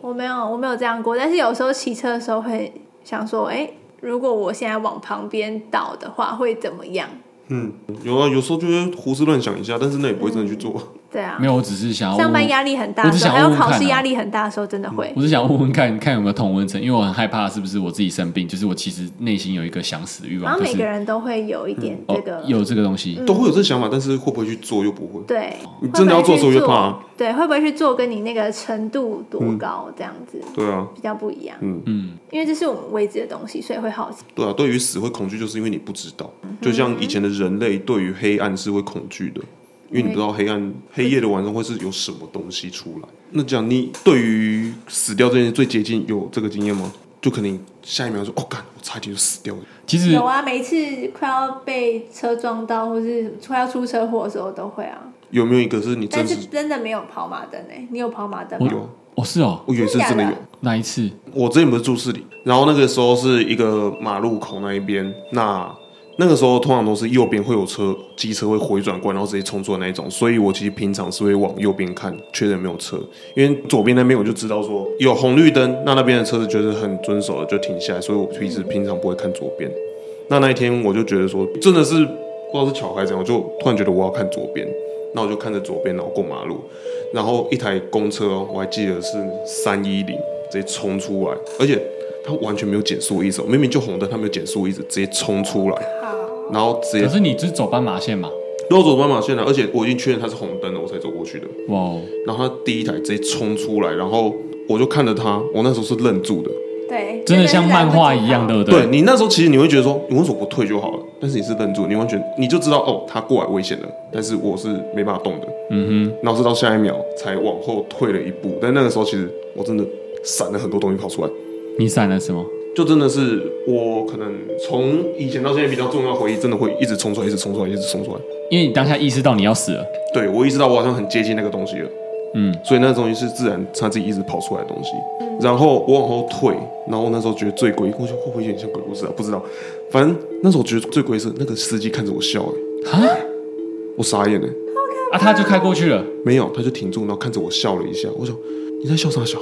我没有，我没有这样过。但是有时候骑车的时候会想说，哎、如果我现在往旁边倒的话，会怎么样？嗯，有啊，有时候就会胡思乱想一下，但是那也不会真的去做。对啊没，有，我只是想要上问班问压力很大我的只时候，想还有问问考看试啊压力很大的时候，真的会。我是想问问看看有没有同温层，因为我很害怕是不是我自己生病，就是我其实内心有一个想死的欲然望，后就每个是人都会有一点这个，嗯哦有这个东西，都会有这想法，但是会不会去做又不会。对，你真的要做的时候会越不会去怕啊，对，会不会去做跟你那个程度多高这样子？对啊，比较不一样，嗯嗯，因为这是我们未知的东西，所以会好奇。对啊，对于死会恐惧，就是因为你不知道。嗯就像以前的人类对于黑暗是会恐惧的，因为你不知道黑暗黑夜的晚上会是有什么东西出来。那讲你对于死掉这件事最接近有这个经验吗？就可能下一秒说，哦，干，我差一点就死掉了。其实有啊，每一次快要被车撞到，或是快要出车祸的时候都会啊。有没有一个是你真但实是？真的没有跑马灯诶、欸你有跑马灯我吗？有啊，哦是哦，我有一次真的真有的假。哪一次？我之前不是住市里，然后那个时候是一个马路口那一边，那那个时候通常都是右边会有车，机车会回转过来，然后直接冲出的那一种，所以我其实平常是会往右边看，确认没有车，因为左边那边我就知道说有红绿灯，那那边的车子就是很遵守的就停下来，所以我平时平常不会看左边。那那一天我就觉得说，真的是不知道是巧还是怎样，我就突然觉得我要看左边，那我就看着左边，然后过马路，然后一台公车哦，我还记得是三一零，直接冲出来，而且他完全没有减速意识哦，明明就红灯，他没有减速意识，直接冲出来，啊然后直可接是你只走斑马线嘛？绕走斑马线了，啊而且我已经确认他是红灯了，我才走过去的。哇哦，然后他第一台直接冲出来，然后我就看着他，我那时候是愣住的。对，真的像漫画一样，对的。不对？你那时候其实你会觉得说，你为什么不退就好了？但是你是愣住，你完全你就知道哦，他过来危险了，但是我是没办法动的。嗯哼，然后是到下一秒才往后退了一步，但那个时候其实我真的闪了很多东西跑出来，你闪了什么？就真的是我可能从以前到现在比较重要的回忆，真的会一直冲出来，一直冲出来，一直冲出来。因为你当下意识到你要死了，对我意识到我好像很接近那个东西了，嗯，所以那东西是自然他自己一直跑出来的东西。然后我往后退，然后那时候觉得最诡异，我觉得会不会有点像鬼故事啊？不知道，反正那时候我觉得最诡异是那个司机看着我笑、欸，啊我傻眼了、欸啊，他就开过去了，没有，他就停住，然后看着我笑了一下。我想你在笑啥笑？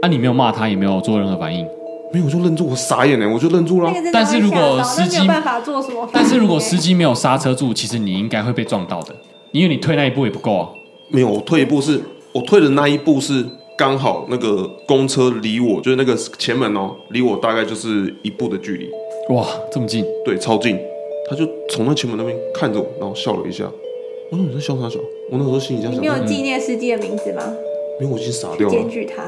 啊，你没有骂他，也没有做任何反应。没有，我就愣住，我傻眼了、欸我就愣住那了个。真的但是会如吓果到司那没有机办法做什么反应欸，但是如果司机没有刹车住，其实你应该会被撞到的，因为你退那一步也不够啊。没有，我退一步是，我退的那一步是刚好那个公车离我，就是那个前门哦，离我大概就是一步的距离。哇，这么近，对，超近，他就从那前门那边看着我，然后笑了一下。我说你在笑啥笑？我那时候心里这样你想，没有没纪念司机的名字吗？有，我已经傻掉检了。举他，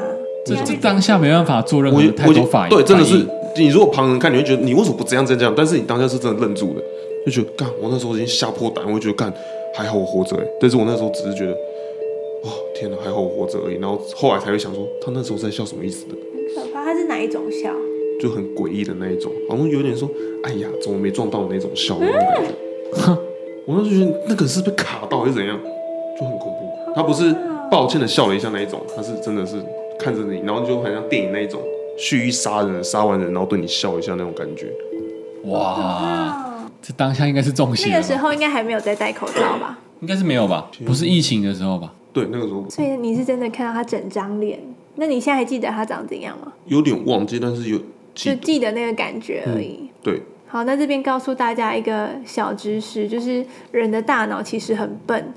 这你要嗯这去当下没办法做任我何已经太我已多经反应。对，真的是反应你如果旁人看，你会觉得你为什么不这样这样这样？但是你当下是真的愣住了，就觉得干，我那时候已经吓破胆，我就觉得干还好我活着哎、欸。但是我那时候只是觉得，哦天哪，还好我活着而已。然后后来才会想说，他那时候在笑什么意思的，很可怕，他是哪一种笑？就很诡异的那一种，好像有点说，哎呀，怎么没撞到那种笑的那种感觉。我那时候觉得那个是被卡到还是怎样，就很恐怖。他不是抱歉的笑了一下那一种，他是真的是看着你，然后就很像电影那一种蓄意杀人，杀完人然后对你笑一下那种感觉。哇，啊，这当下应该是中邪那了个时吧，候应该还没有在戴口罩吧？应该是没有吧？不是疫情的时候吧？对，那个时候所以你是真的看到他整张脸。那你现在还记得他长怎样吗？有点忘记，但是有就记得记得那个感觉而已。对，好，那这边告诉大家一个小知识，就是人的大脑其实很笨，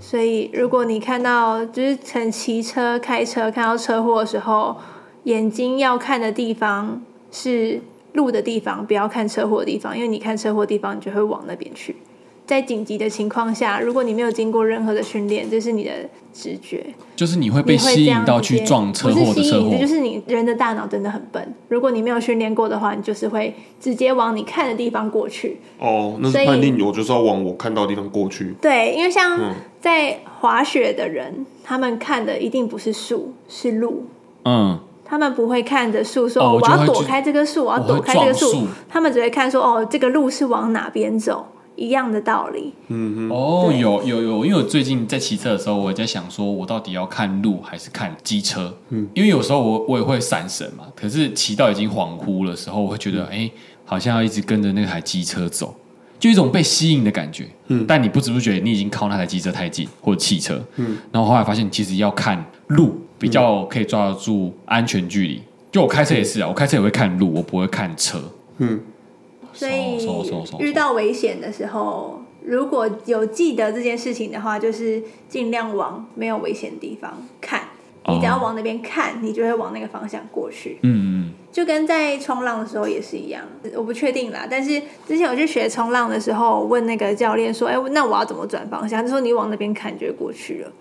所以如果你看到就是乘骑车、开车看到车祸的时候，眼睛要看的地方是路的地方，不要看车祸的地方，因为你看车祸的地方，你就会往那边去。在紧急的情况下，如果你没有经过任何的训练，这是你的直觉，就是你会你被会吸这引样到直接去撞车不祸是的吸车引祸这，就是你人的大脑真的很笨。如果你没有训练过的话，你就是会直接往你看的地方过去。哦，那是所以判定我就是要往我看到的地方过去。对，因为像嗯在滑雪的人，他们看的一定不是树，是路。嗯，他们不会看着树说、哦我我就要会躲去开这棵树，我要我躲会开这个撞树他们只会看说哦，这个路是往哪边走，一样的道理。哦，对有有有，因为我最近在骑车的时候，我也在想说，我到底要看路还是看机车？嗯，因为有时候我我也会闪神嘛，可是骑到已经恍惚的时候，我会觉得，哎、好像要一直跟着那台机车走，就一种被吸引的感觉。嗯，但你不知不觉你已经靠那台机车太近，或者汽车。嗯，然后后来发现，其实要看路比较可以抓得住安全距离。就我开车也是啊，我开车也会看路，我不会看车。嗯，所以嗖嗖嗖嗖遇到危险的时候，如果有记得这件事情的话，就是尽量往没有危险的地方看。哦你只要往那边看，你就会往那个方向过去。嗯嗯就跟在冲浪的时候也是一样，我不确定啦。但是之前我去学冲浪的时候，问那个教练说：“哎、那我要怎么转方向？”他说：“你往那边看就会过去了。”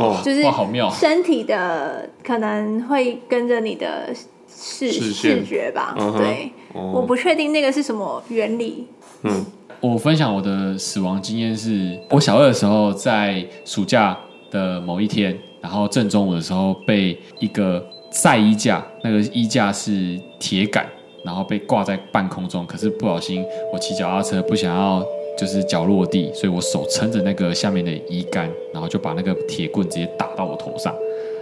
哦，就是哇好妙身体的可能会跟着你的视视线视觉吧。嗯哼对，哦我不确定那个是什么原理。嗯，我分享我的死亡经验是，我小二的时候在暑假的某一天，然后正中午的时候被一个晒衣架，那个衣架是铁杆，然后被挂在半空中，可是不小心我骑脚踏车不想要。就是脚落地，所以我手撑着那个下面的衣杆，然后就把那个铁棍直接打到我头上。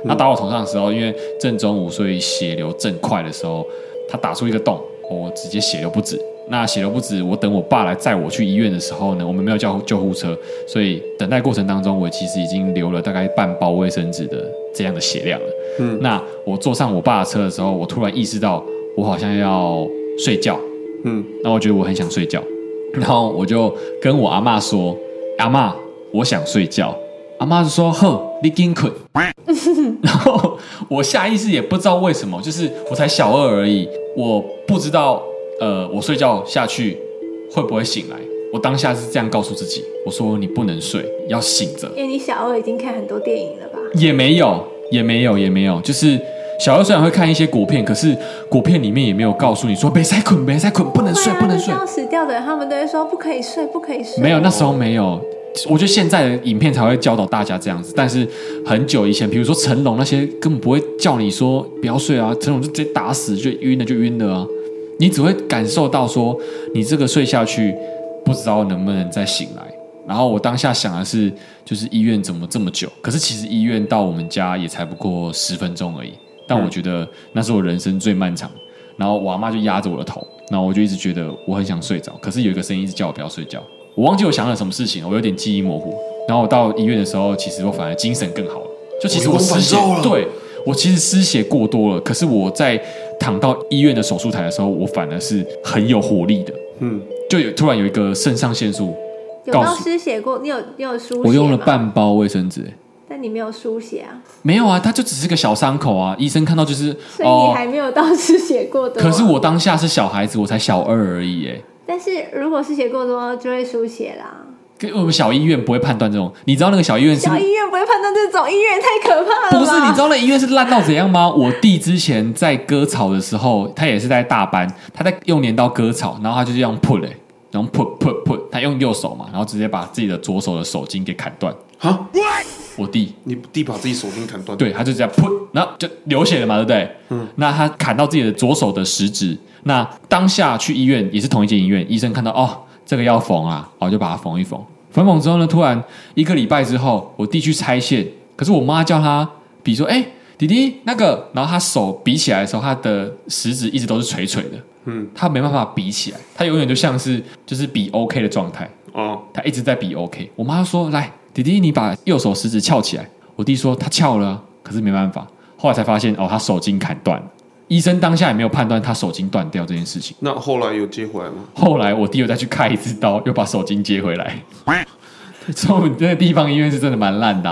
他打我头上的时候，因为正中午，所以血流正快的时候，他打出一个洞，我直接血流不止。那血流不止，我等我爸来载我去医院的时候呢，我们没有叫救护车，所以等待过程当中，我其实已经流了大概半包卫生纸的这样的血量了。嗯，那我坐上我爸的车的时候，我突然意识到我好像要睡觉，嗯，那我觉得我很想睡觉，然后我就跟我阿嬷说：“阿嬷，我想睡觉。”阿嬷就说：“呵，你紧困。”然后我下意识也不知道为什么，就是我才小二而已，我不知道呃，我睡觉下去会不会醒来。我当下是这样告诉自己，我说你不能睡，要醒着。因为你小二已经看很多电影了吧？也没有，也没有，也没有。就是小二虽然会看一些国片，可是国片里面也没有告诉你说别再捆，别再捆，不能睡，对啊不能那睡这。样死掉的人，他们都会说不可以睡，不可以睡。没有，那时候没有。我觉得现在的影片才会教导大家这样子，但是很久以前，比如说成龙那些根本不会叫你说不要睡啊，成龙就直接打死，就晕了就晕了啊。你只会感受到说你这个睡下去，不知道能不能再醒来。然后我当下想的是，就是医院怎么这么久？可是其实医院到我们家也才不过十分钟而已。但我觉得那是我人生最漫长。然后我阿妈就压着我的头，然后我就一直觉得我很想睡着，可是有一个声音一直叫我不要睡觉。我忘记我想了什么事情，我有点记忆模糊。然后我到医院的时候，其实我反而精神更好了。就其实我失血我就忘，了对我其实失血过多了，可是我在躺到医院的手术台的时候，我反而是很有活力的。嗯，就有突然有一个肾上腺素有告没有诉失血过？你有你有输血吗？我用了半包卫生纸、欸但你没有输血啊，没有啊，它就只是个小伤口啊。医生看到就是所以你哦，还没啊有到失血过多。啊可是，我当下是小孩子，我才小二而已、欸，但是如果失血过多就会输血啦。跟我们小医院不会判断这种。你知道那个小医院是小医院不啊会判断这种，医院太可怕了吧。不是？你知道那医院是烂到怎样吗？我弟之前在割草的时候，他也是在大班，他在用镰刀割草，然后他就这样 put 欸然后 put put put，他用右手嘛，然后直接把自己的左手的手筋给砍断。啊，我弟你弟把自己手筋砍断，，对，他就这样噗，然后就流血了嘛，对不对？嗯，那他砍到自己的左手的食指，那当下去医院也是同一间医院，医生看到哦，这个要缝啊，哦就把它缝一缝，缝一缝之后呢，突然一个礼拜之后，我弟去拆线，可是我妈叫他比说，哎、弟弟那个，然后他手比起来的时候，他的食指一直都是垂垂的，嗯，他没办法比起来，他永远就像是就是比 OK 的状态，哦，他一直在比 OK。我妈说：“来，弟弟，你把右手食指翘起来。”我弟说：“他翘了啊、可是没办法。”后来才发现，哦，他手筋砍断了。医生当下也没有判断他手筋断掉这件事情。那后来有接回来吗？后来我弟又再去开一次刀，又把手筋接回来。所以我们这个地方医院是真的蛮烂的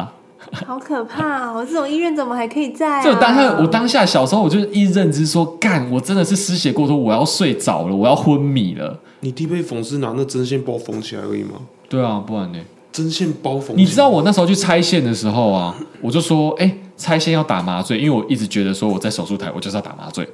啊、好可怕哦！这种医院怎么还可以在、啊？这我当下，我当下小时候我就一认知说，干，我真的是失血过多，我要睡着了，我要昏迷了。你弟被缝是拿那针线包缝起来而已吗？对啊，不然呢？针线包缝起来，你知道我那时候去拆线的时候啊，我就说，哎、拆线要打麻醉，因为我一直觉得说我在手术台我就是要打麻醉，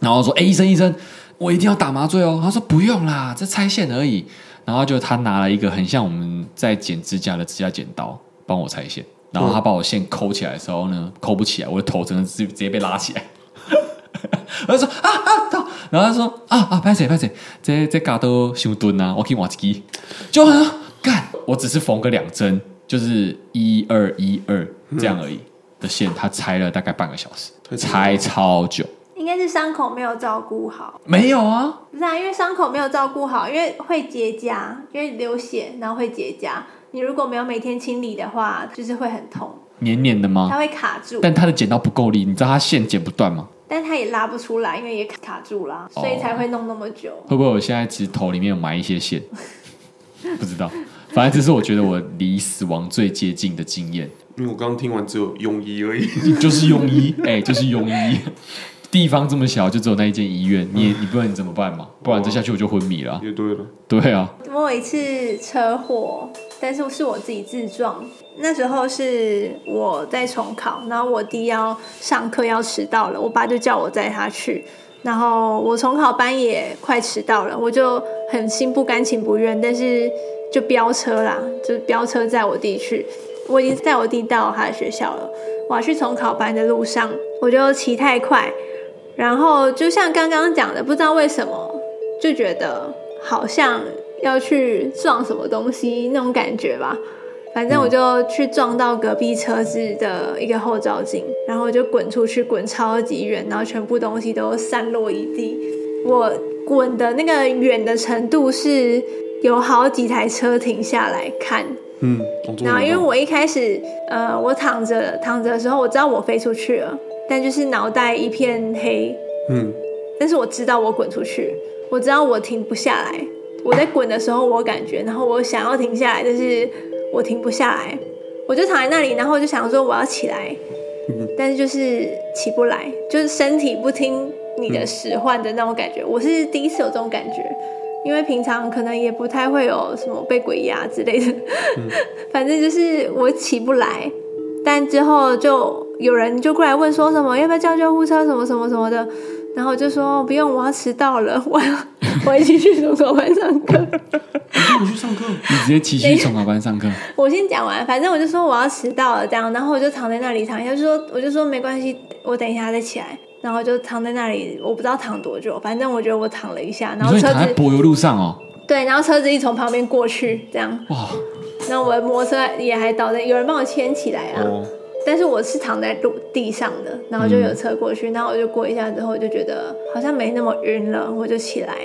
然后说，哎、医生医生，我一定要打麻醉哦。他说不用啦，这拆线而已。然后就他拿了一个很像我们在剪指甲的指甲剪刀帮我拆线，然后他把我线抠起来的时候呢，抠不起来，我的头真的直直接被拉起来。我就说啊啊，痛！然后他说啊啊，拍谁拍谁，这这嘎都胸蹲啊，我可以瓦一支，就很干，我只是缝个两针，就是一二一二这样而已、的线，他拆了大概半个小时，太久了拆超久，应该是伤口没有照顾好，没有啊，不是啊？因为伤口没有照顾好，因为会结痂，因为流血，然后会结痂。你如果没有每天清理的话，就是会很痛，黏黏的吗它？会卡住，但他的剪刀不够力，你知道他线剪不断吗？但它也拉不出来，因为也卡住啦，所以才会弄那么久。会不会我现在其实头里面有埋一些线？不知道，反正这是我觉得我离死亡最接近的经验。因为我刚刚听完只有庸医 而已。就是庸医，哎、就是庸医。地方这么小，就只有那一间医院，嗯你也你不能怎么办嘛？不然再下去我就昏迷了啊。也对了，对啊，我有一次车祸，但是是我自己自撞。那时候是我在重考，然后我弟要上课要迟到了，我爸就叫我载他去。然后我重考班也快迟到了，我就很心不甘情不愿，但是就飙车啦，就是飙车载我弟去。我已经载我弟到他的学校了，我要去重考班的路上，我就骑太快，然后就像刚刚讲的，不知道为什么就觉得好像要去撞什么东西那种感觉吧。反正我就去撞到隔壁车子的一个后照镜，然后我就滚出去，滚超级远，然后全部东西都散落一地。我滚的那个远的程度是有好几台车停下来看，嗯，我终于然后因为懂了我一开始，呃，我躺着躺着的时候，我知道我飞出去了，但就是脑袋一片黑，嗯，但是我知道我滚出去，我知道我停不下来。我在滚的时候，我感觉，然后我想要停下来，但是我停不下来，我就躺在那里，然后我就想说我要起来，但是就是起不来，就是身体不听你的使唤的那种感觉。我是第一次有这种感觉，因为平常可能也不太会有什么被鬼压之类的， 反正就是我起不来。但之后就有人就过来问说什么要不要叫救护车什么什么什么的，然后我就说不用，我要迟到了， 我要我一起去图书馆上课。 我去上课，你直接骑去从考班上课，我先讲完，反正我就说我要迟到了这样，然后我就躺在那里躺一下，就说我就说没关系，我等一下再起来，然后就躺在那里，我不知道躺多久，反正我觉得我躺了一下，你然后说你车躺在子柏油路上哦，对，然后车子一从旁边过去这样，哇，然后我的摩托车也还倒在，有人帮我牵起来啊，哦，但是我是躺在路地上的，然后就有车过去，然后我就过一下之后，我就觉得好像没那么晕了，我就起来，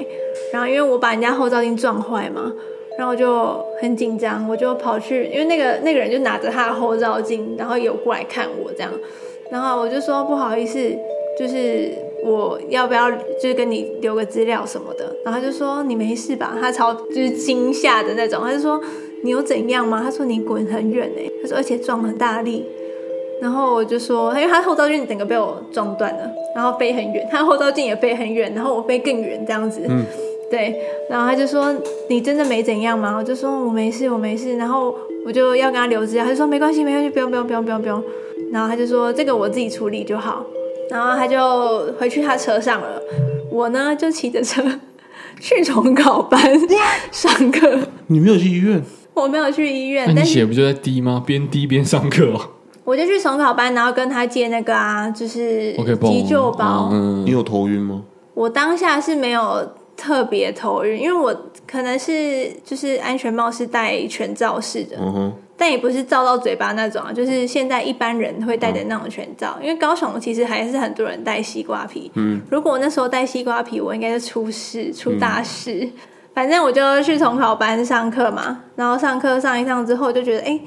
然后因为我把人家后照镜撞坏嘛，然后我就很紧张，我就跑去，因为那个那个人就拿着他的后照镜，然后有过来看我这样，然后我就说不好意思，就是我要不要就是跟你留个资料什么的，然后他就说你没事吧？他超就是惊吓的那种，他就说你有怎样吗？他说你滚很远哎、他说而且撞很大力，然后我就说，因为他后照镜整个被我撞断了，然后飞很远，他后照镜也飞很远，然后我飞更远这样子。嗯，对。然后他就说：“你真的没怎样吗？”我就说：“我没事，我没事。”然后我就要跟他留资料，他就说：“没关系，没关系，不用，不用，不用，不用，不用。”然后他就说：“这个我自己处理就好。”然后他就回去他车上了，我呢就骑着车 去重考班上课。你没有去医院？我没有去医院那，你哎但是血不就在滴吗？边滴边上课哦我就去重考班，然后跟他借那个啊，就是，OK，急救包。你嗯，有头晕吗？我当下是没有特别头晕，因为我可能是就是安全帽是戴全罩式的，嗯哼，但也不是罩到嘴巴那种啊，就是现在一般人会戴的那种全罩。因为高雄其实还是很多人戴西瓜皮，嗯，如果我那时候戴西瓜皮，我应该是出事出大事。反正我就去重考班上课嘛，然后上课上一上之后就觉得，哎、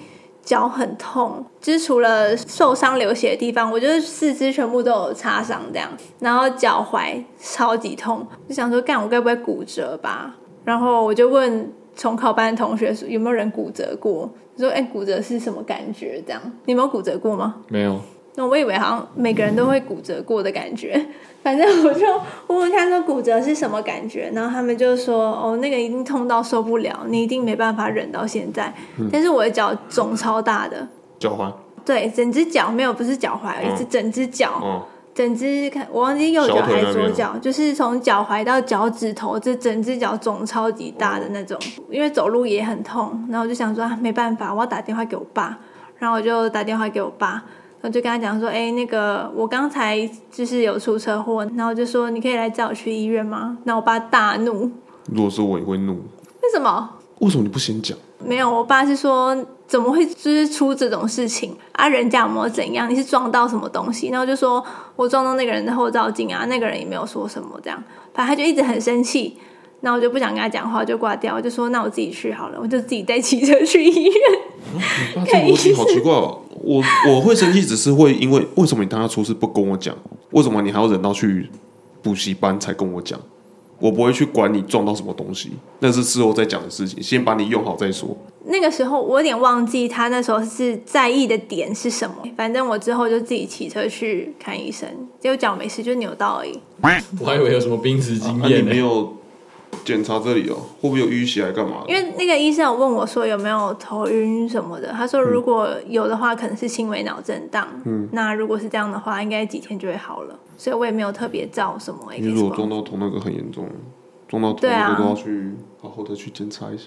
脚很痛，就是除了受伤流血的地方，我就是四肢全部都有擦伤这样，然后脚踝超级痛，就想说干我该不会骨折吧？然后我就问重考班的同学说有没有人骨折过，就说哎、骨折是什么感觉？这样你没有骨折过吗？没有，那我以为好像每个人都会骨折过的感觉， 反正我就问问看说骨折是什么感觉，然后他们就说哦，那个一定痛到受不了，你一定没办法忍到现在。但是我的脚肿超大的，脚踝，对，整只脚没有不是脚踝，嗯是整只脚，嗯，整只看我忘记右脚小腿还那是边左脚，就是从脚踝到脚趾头，这整只脚肿超级大的那种。因为走路也很痛，然后我就想说啊，没办法，我要打电话给我爸，然后我就打电话给我爸。我就跟他讲说，哎、那个我刚才就是有出车祸，然后就说你可以来载我去医院吗？那我爸大怒，如果是我也会怒。为什么？为什么你不 先讲？没有，我爸是说怎么会就是出这种事情啊？人家有没有怎样？你是撞到什么东西？然后就说我撞到那个人的后照镜啊，那个人也没有说什么这样，反正他就一直很生气。那我就不想跟他讲话，我就挂掉。我就说那我自己去好了，我就自己再骑车去医院。啊这个逻辑好奇怪哦。我我会生气，只是会因为为什么你当下出事不跟我讲？为什么你还要忍到去补习班才跟我讲？我不会去管你撞到什么东西，那是事后再讲的事情，先把你用好再说。那个时候我有点忘记他那时候是在意的点是什么，反正我之后就自己骑车去看医生，结果脚没事，就扭到而已。我还以为有什么濒死经啊，你验呢没。有检查这里哦，会不会有淤血来干嘛的？因为那个医生有问我说有没有头晕什么的，他嗯说如果有的话，可能是轻微脑震荡。嗯，那如果是这样的话，应该几天就会好了。所以我也没有特别照什么 X 你如果光撞。到头那个很严重，撞到头对啊那个都要去好好的去检查一下。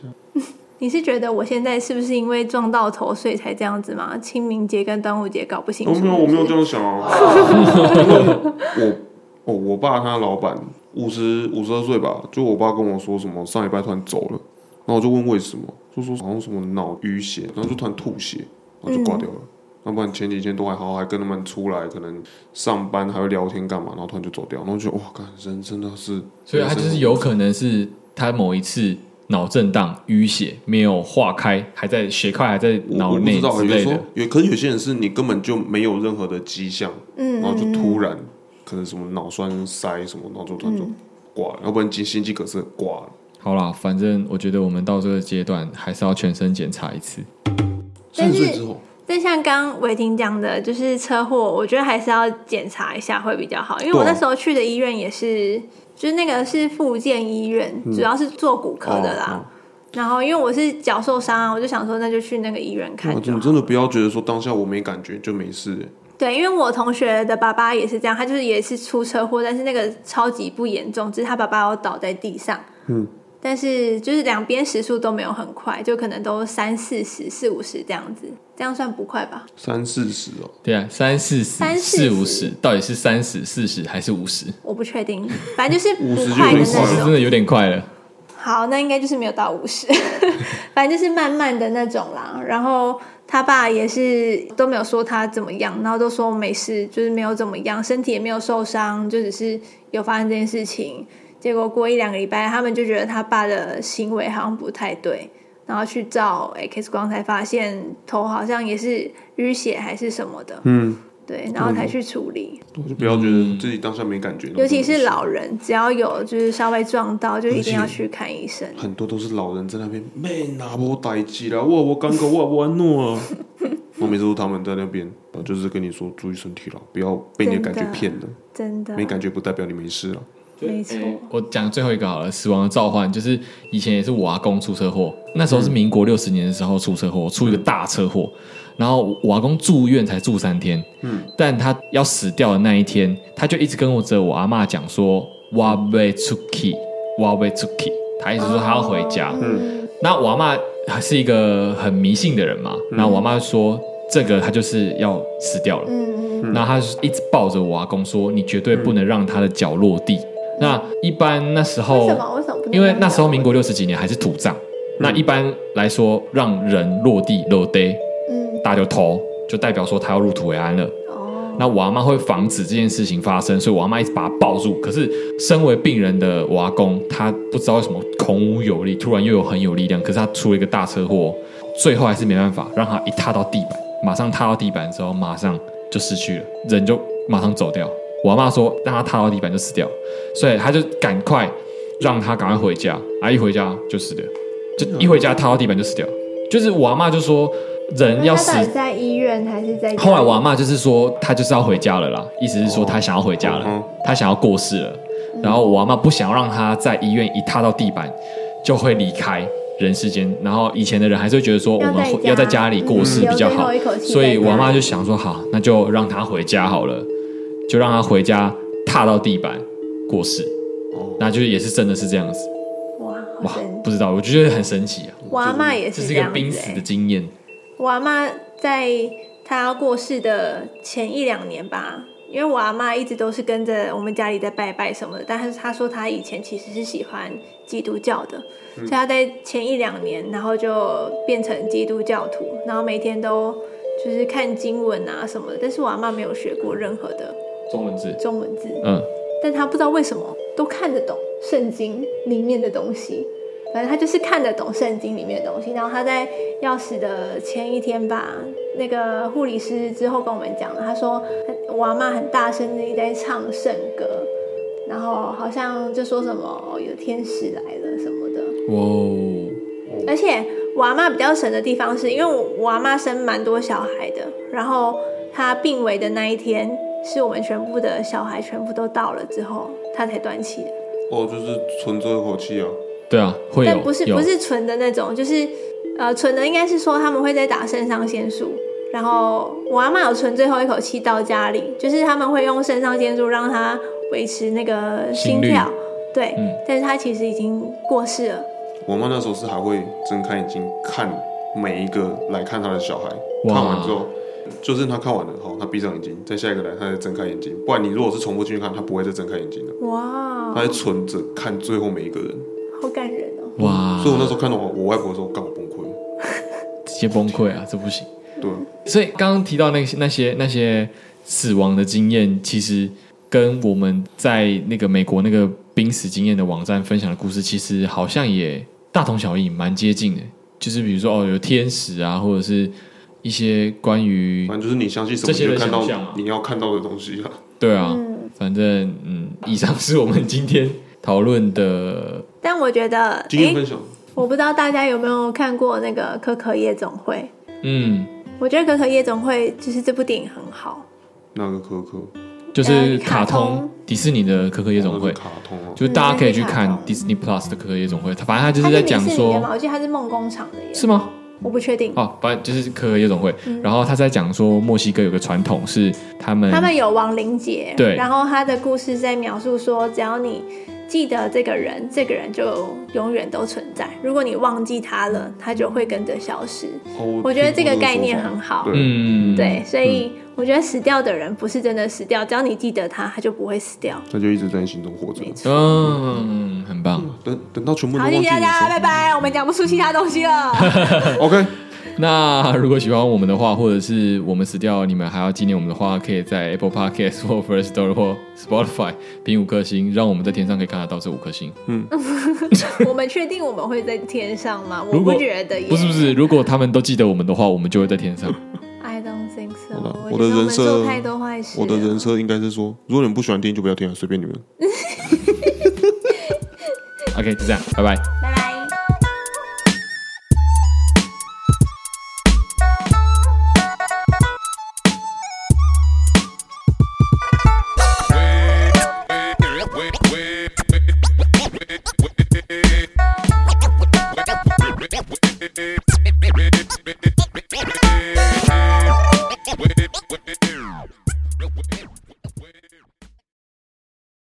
你是觉得我现在是不是因为撞到头所以才这样子吗？清明节跟端午节搞不清楚。我没哦有，我没有这样想啊。 因为我哦，我爸他老板五十五十二岁吧，就我爸跟我说什么上礼拜突然走了，然后我就问为什么，就说好像什么脑淤血，然后就突然吐血，然后就挂掉了。要不然前几天都还好，还跟他们出来，可能上班还会聊天干嘛，然后突然就走掉，然后就觉得哇，干人真的是，所以他就是有可能是他某一次脑震荡淤血没有化开，还在血块还在我脑我不内知道，之有类时候的。有，可是有些人是你根本就没有任何的迹象，嗯，然后就嗯突然可能什么脑栓塞什么，然后就突然就挂了，要不然经心肌梗塞挂了。好啦，反正我觉得我们到这个阶段还是要全身检查一次。但三是十岁之后，但像刚刚伟霆讲的，就是车祸，我觉得还是要检查一下会比较好，因为我对啊那时候去的医院也是，就是那个是复健医院，主要是做骨科的啦。嗯哦然后因为我是脚受伤啊，我就想说那就去那个医院看哇就哦你好。真的不要觉得说当下我没感觉就没事、对，因为我同学的爸爸也是这样，他就是也是出车祸，但是那个超级不严重，只是他爸爸有倒在地上。嗯。但是就是两边时速都没有很快，就可能都三四十、四五十这样子，这样算不快吧？三四十哦，对啊，三四三十、四十四五十，到底是三十、四十还是五十？我不确定，反正就是不50快的就很那快了种真。的有点快了。好，那应该就是没有到五十， 反正就是慢慢的那种啦。然后他爸也是都没有说他怎么样，然后都说没事，就是没有怎么样，身体也没有受伤，就只是有发生这件事情。结果过一两个礼拜，他们就觉得他爸的行为好像不太对，然后去照 X 光才发现头好像也是淤血还是什么的，嗯，对，然后才去处理。我就不要觉嗯得自己当下没感觉，尤其是老人，只要有就是稍微撞到，就一定要而且去看医生。很多都是老人在那边，妹哪波代志啦，哇我刚刚哇我弄啊， 我每次都他们在那边，啊就是跟你说注意身体了，不要被你的感觉骗了，真的没感觉不代表你没事了。没错，我讲最后一个好了，《死亡的召唤》就是以前也是我阿公出车祸，那时候是民国六十年的时候出车祸，出一个大车祸，然后我阿公住院才住三天，嗯，但他要死掉的那一天，他就一直跟我着我阿嬷讲说，我被出去，我被出去，他一直说他要回家，嗯，那我阿妈是一个很迷信的人嘛，那我阿妈说这个他就是要死掉了，嗯然后他就一直抱着我阿公说：“你绝对不能让他的脚落地。那一般那时嗯为候什，么？为什么不能？哦因为那时候民国六十几年还是土葬，那一般来说让人落地落地嗯，大家就头，就代表说他要入土为安了。哦，那我阿妈会防止这件事情发生，所以我阿妈一直把他抱住。可是身为病人的我阿公，他不知道为什么孔武有力，突然又有很有力量，可是他出了一个大车祸，最后还是没办法让他一踏到地板，马上踏到地板之后，马上就失去了，人就马上走掉。我阿妈说让他踏到地板就死掉，所以他就赶快让他赶快回家，啊，一回家就死掉，就一回家踏到地板就死掉。就是我阿妈就说人要那死啊他到底在医院还是在家里？后来我阿啊妈就是说，她就是要回家了啦，意思是说她想要回家了，嗯她想要过世了。然后我阿妈不想要让她在医院一踏到地板就会离开人世间。然后以前的人还是会觉得说，我要们在会家要在家里过世嗯比较留最好后一口，气所以在家我阿妈就想说，好，那就让她回家好了，就让她回家踏到地板过世。哦，那就是也是真的是这样子，哇，哇好神，不知道，我就觉得很神奇啊，我阿妈也这这一个样濒子、死的欸。经验。我阿妈在她要过世的前一两年吧，因为我阿妈一直都是跟着我们家里在拜拜什么的，但是她说她以前其实是喜欢基督教的，所以她在前一两年，然后就变成基督教徒，然后每天都就是看经文啊什么的，但是我阿妈没有学过任何的中文字，中文字，嗯，但他不知道为什么都看得懂圣经里面的东西，反正他就是看得懂圣经里面的东西。然后他在要死的前一天吧，那个护理师之后跟我们讲了，他说呃我阿妈很大声的在唱圣歌，然后好像就说什么、哦、有天使来了什么的，哇哦，而且我阿妈比较神的地方是，因为我我阿妈生蛮多小孩的，然后她病危的那一天，是我们全部的小孩全部都到了之后，她才断气的。哦，就是存最后一口气啊，对啊，会有但不是有不是纯的那种，就是呃纯的应该是说他们会在打肾上腺素，然后我阿妈有存最后一口气到家里，就是他们会用肾上腺素让她维持那个心心率跳，对，嗯但是她其实已经过世了。我妈那时候是还会睁开眼睛看每一个来看她的小孩，哇看完之后，就是她看完了，好，她闭上眼睛，再下一个来，她再睁开眼睛，不然你如果是重复进去看，她不会再睁开眼睛的，哇，她在存着看最后每一个人。好感人哦！哇，所以我那时候看到我我外婆的时候，刚好崩溃。直接崩溃啊，这不行。对，所以刚刚提到那些那些那些死亡的经验，其实跟我们在那个美国那个濒死经验的网站分享的故事，其实好像也大同小异，蛮接近的。就是比如说哦，有天使啊，或者是一些关于嗯反正就是你相信什么，这些你人就看到想象啊你要看到的东西啊。对啊，嗯反正嗯，以上是我们今天讨论的但我觉得，哎、经验分享，我不知道大家有没有看过那个《可可夜总会嗯，》，我觉得《可可夜总会》就是这部电影很好，那个可可就是呃卡卡通通迪士尼的可可夜总那会个，卡通哦、就大家可以去嗯看那个卡通 Disney Plus 的可可夜总会，它反正它就它在嗯是讲迪士尼的吗？说，我记得它是梦工厂的耶，是吗？我不确定。哦，反正就是可可夜总会，然后他在讲说墨西哥有个传统是他们嗯他们有亡灵节，对然后他的故事在描述说，只要你记得这个人，这个人就永远都存在；如果你忘记他了，他就会跟着消失。哦我觉得这个听过概念说法很好对，嗯对，所以我觉得死掉的人不是真的死掉，只要你记得他，他就不会死掉。那就一直在你心中活着。没错。嗯，很棒。等等到全部都好，忘记谢你谢大家，拜的拜。我们讲不出其他东西了。时候。OK，那如果喜欢我们的话，或者是我们死掉，你们还要纪念我们的话，可以在 Apple Podcast 或 First Story 或 Spotify 评五颗星，让我们在天上可以看得到这五颗星。 我们确定我们会在天上吗？我如果不觉得耶。不是不是，如果他们都记得我们的话，我们就会在 天上。 ，I don't think so 好了。觉我的得人们设做太多坏事了。我的人设应该是说，如啊果你们不喜欢听就不要听了，随便你们。 OK，就这样，拜拜。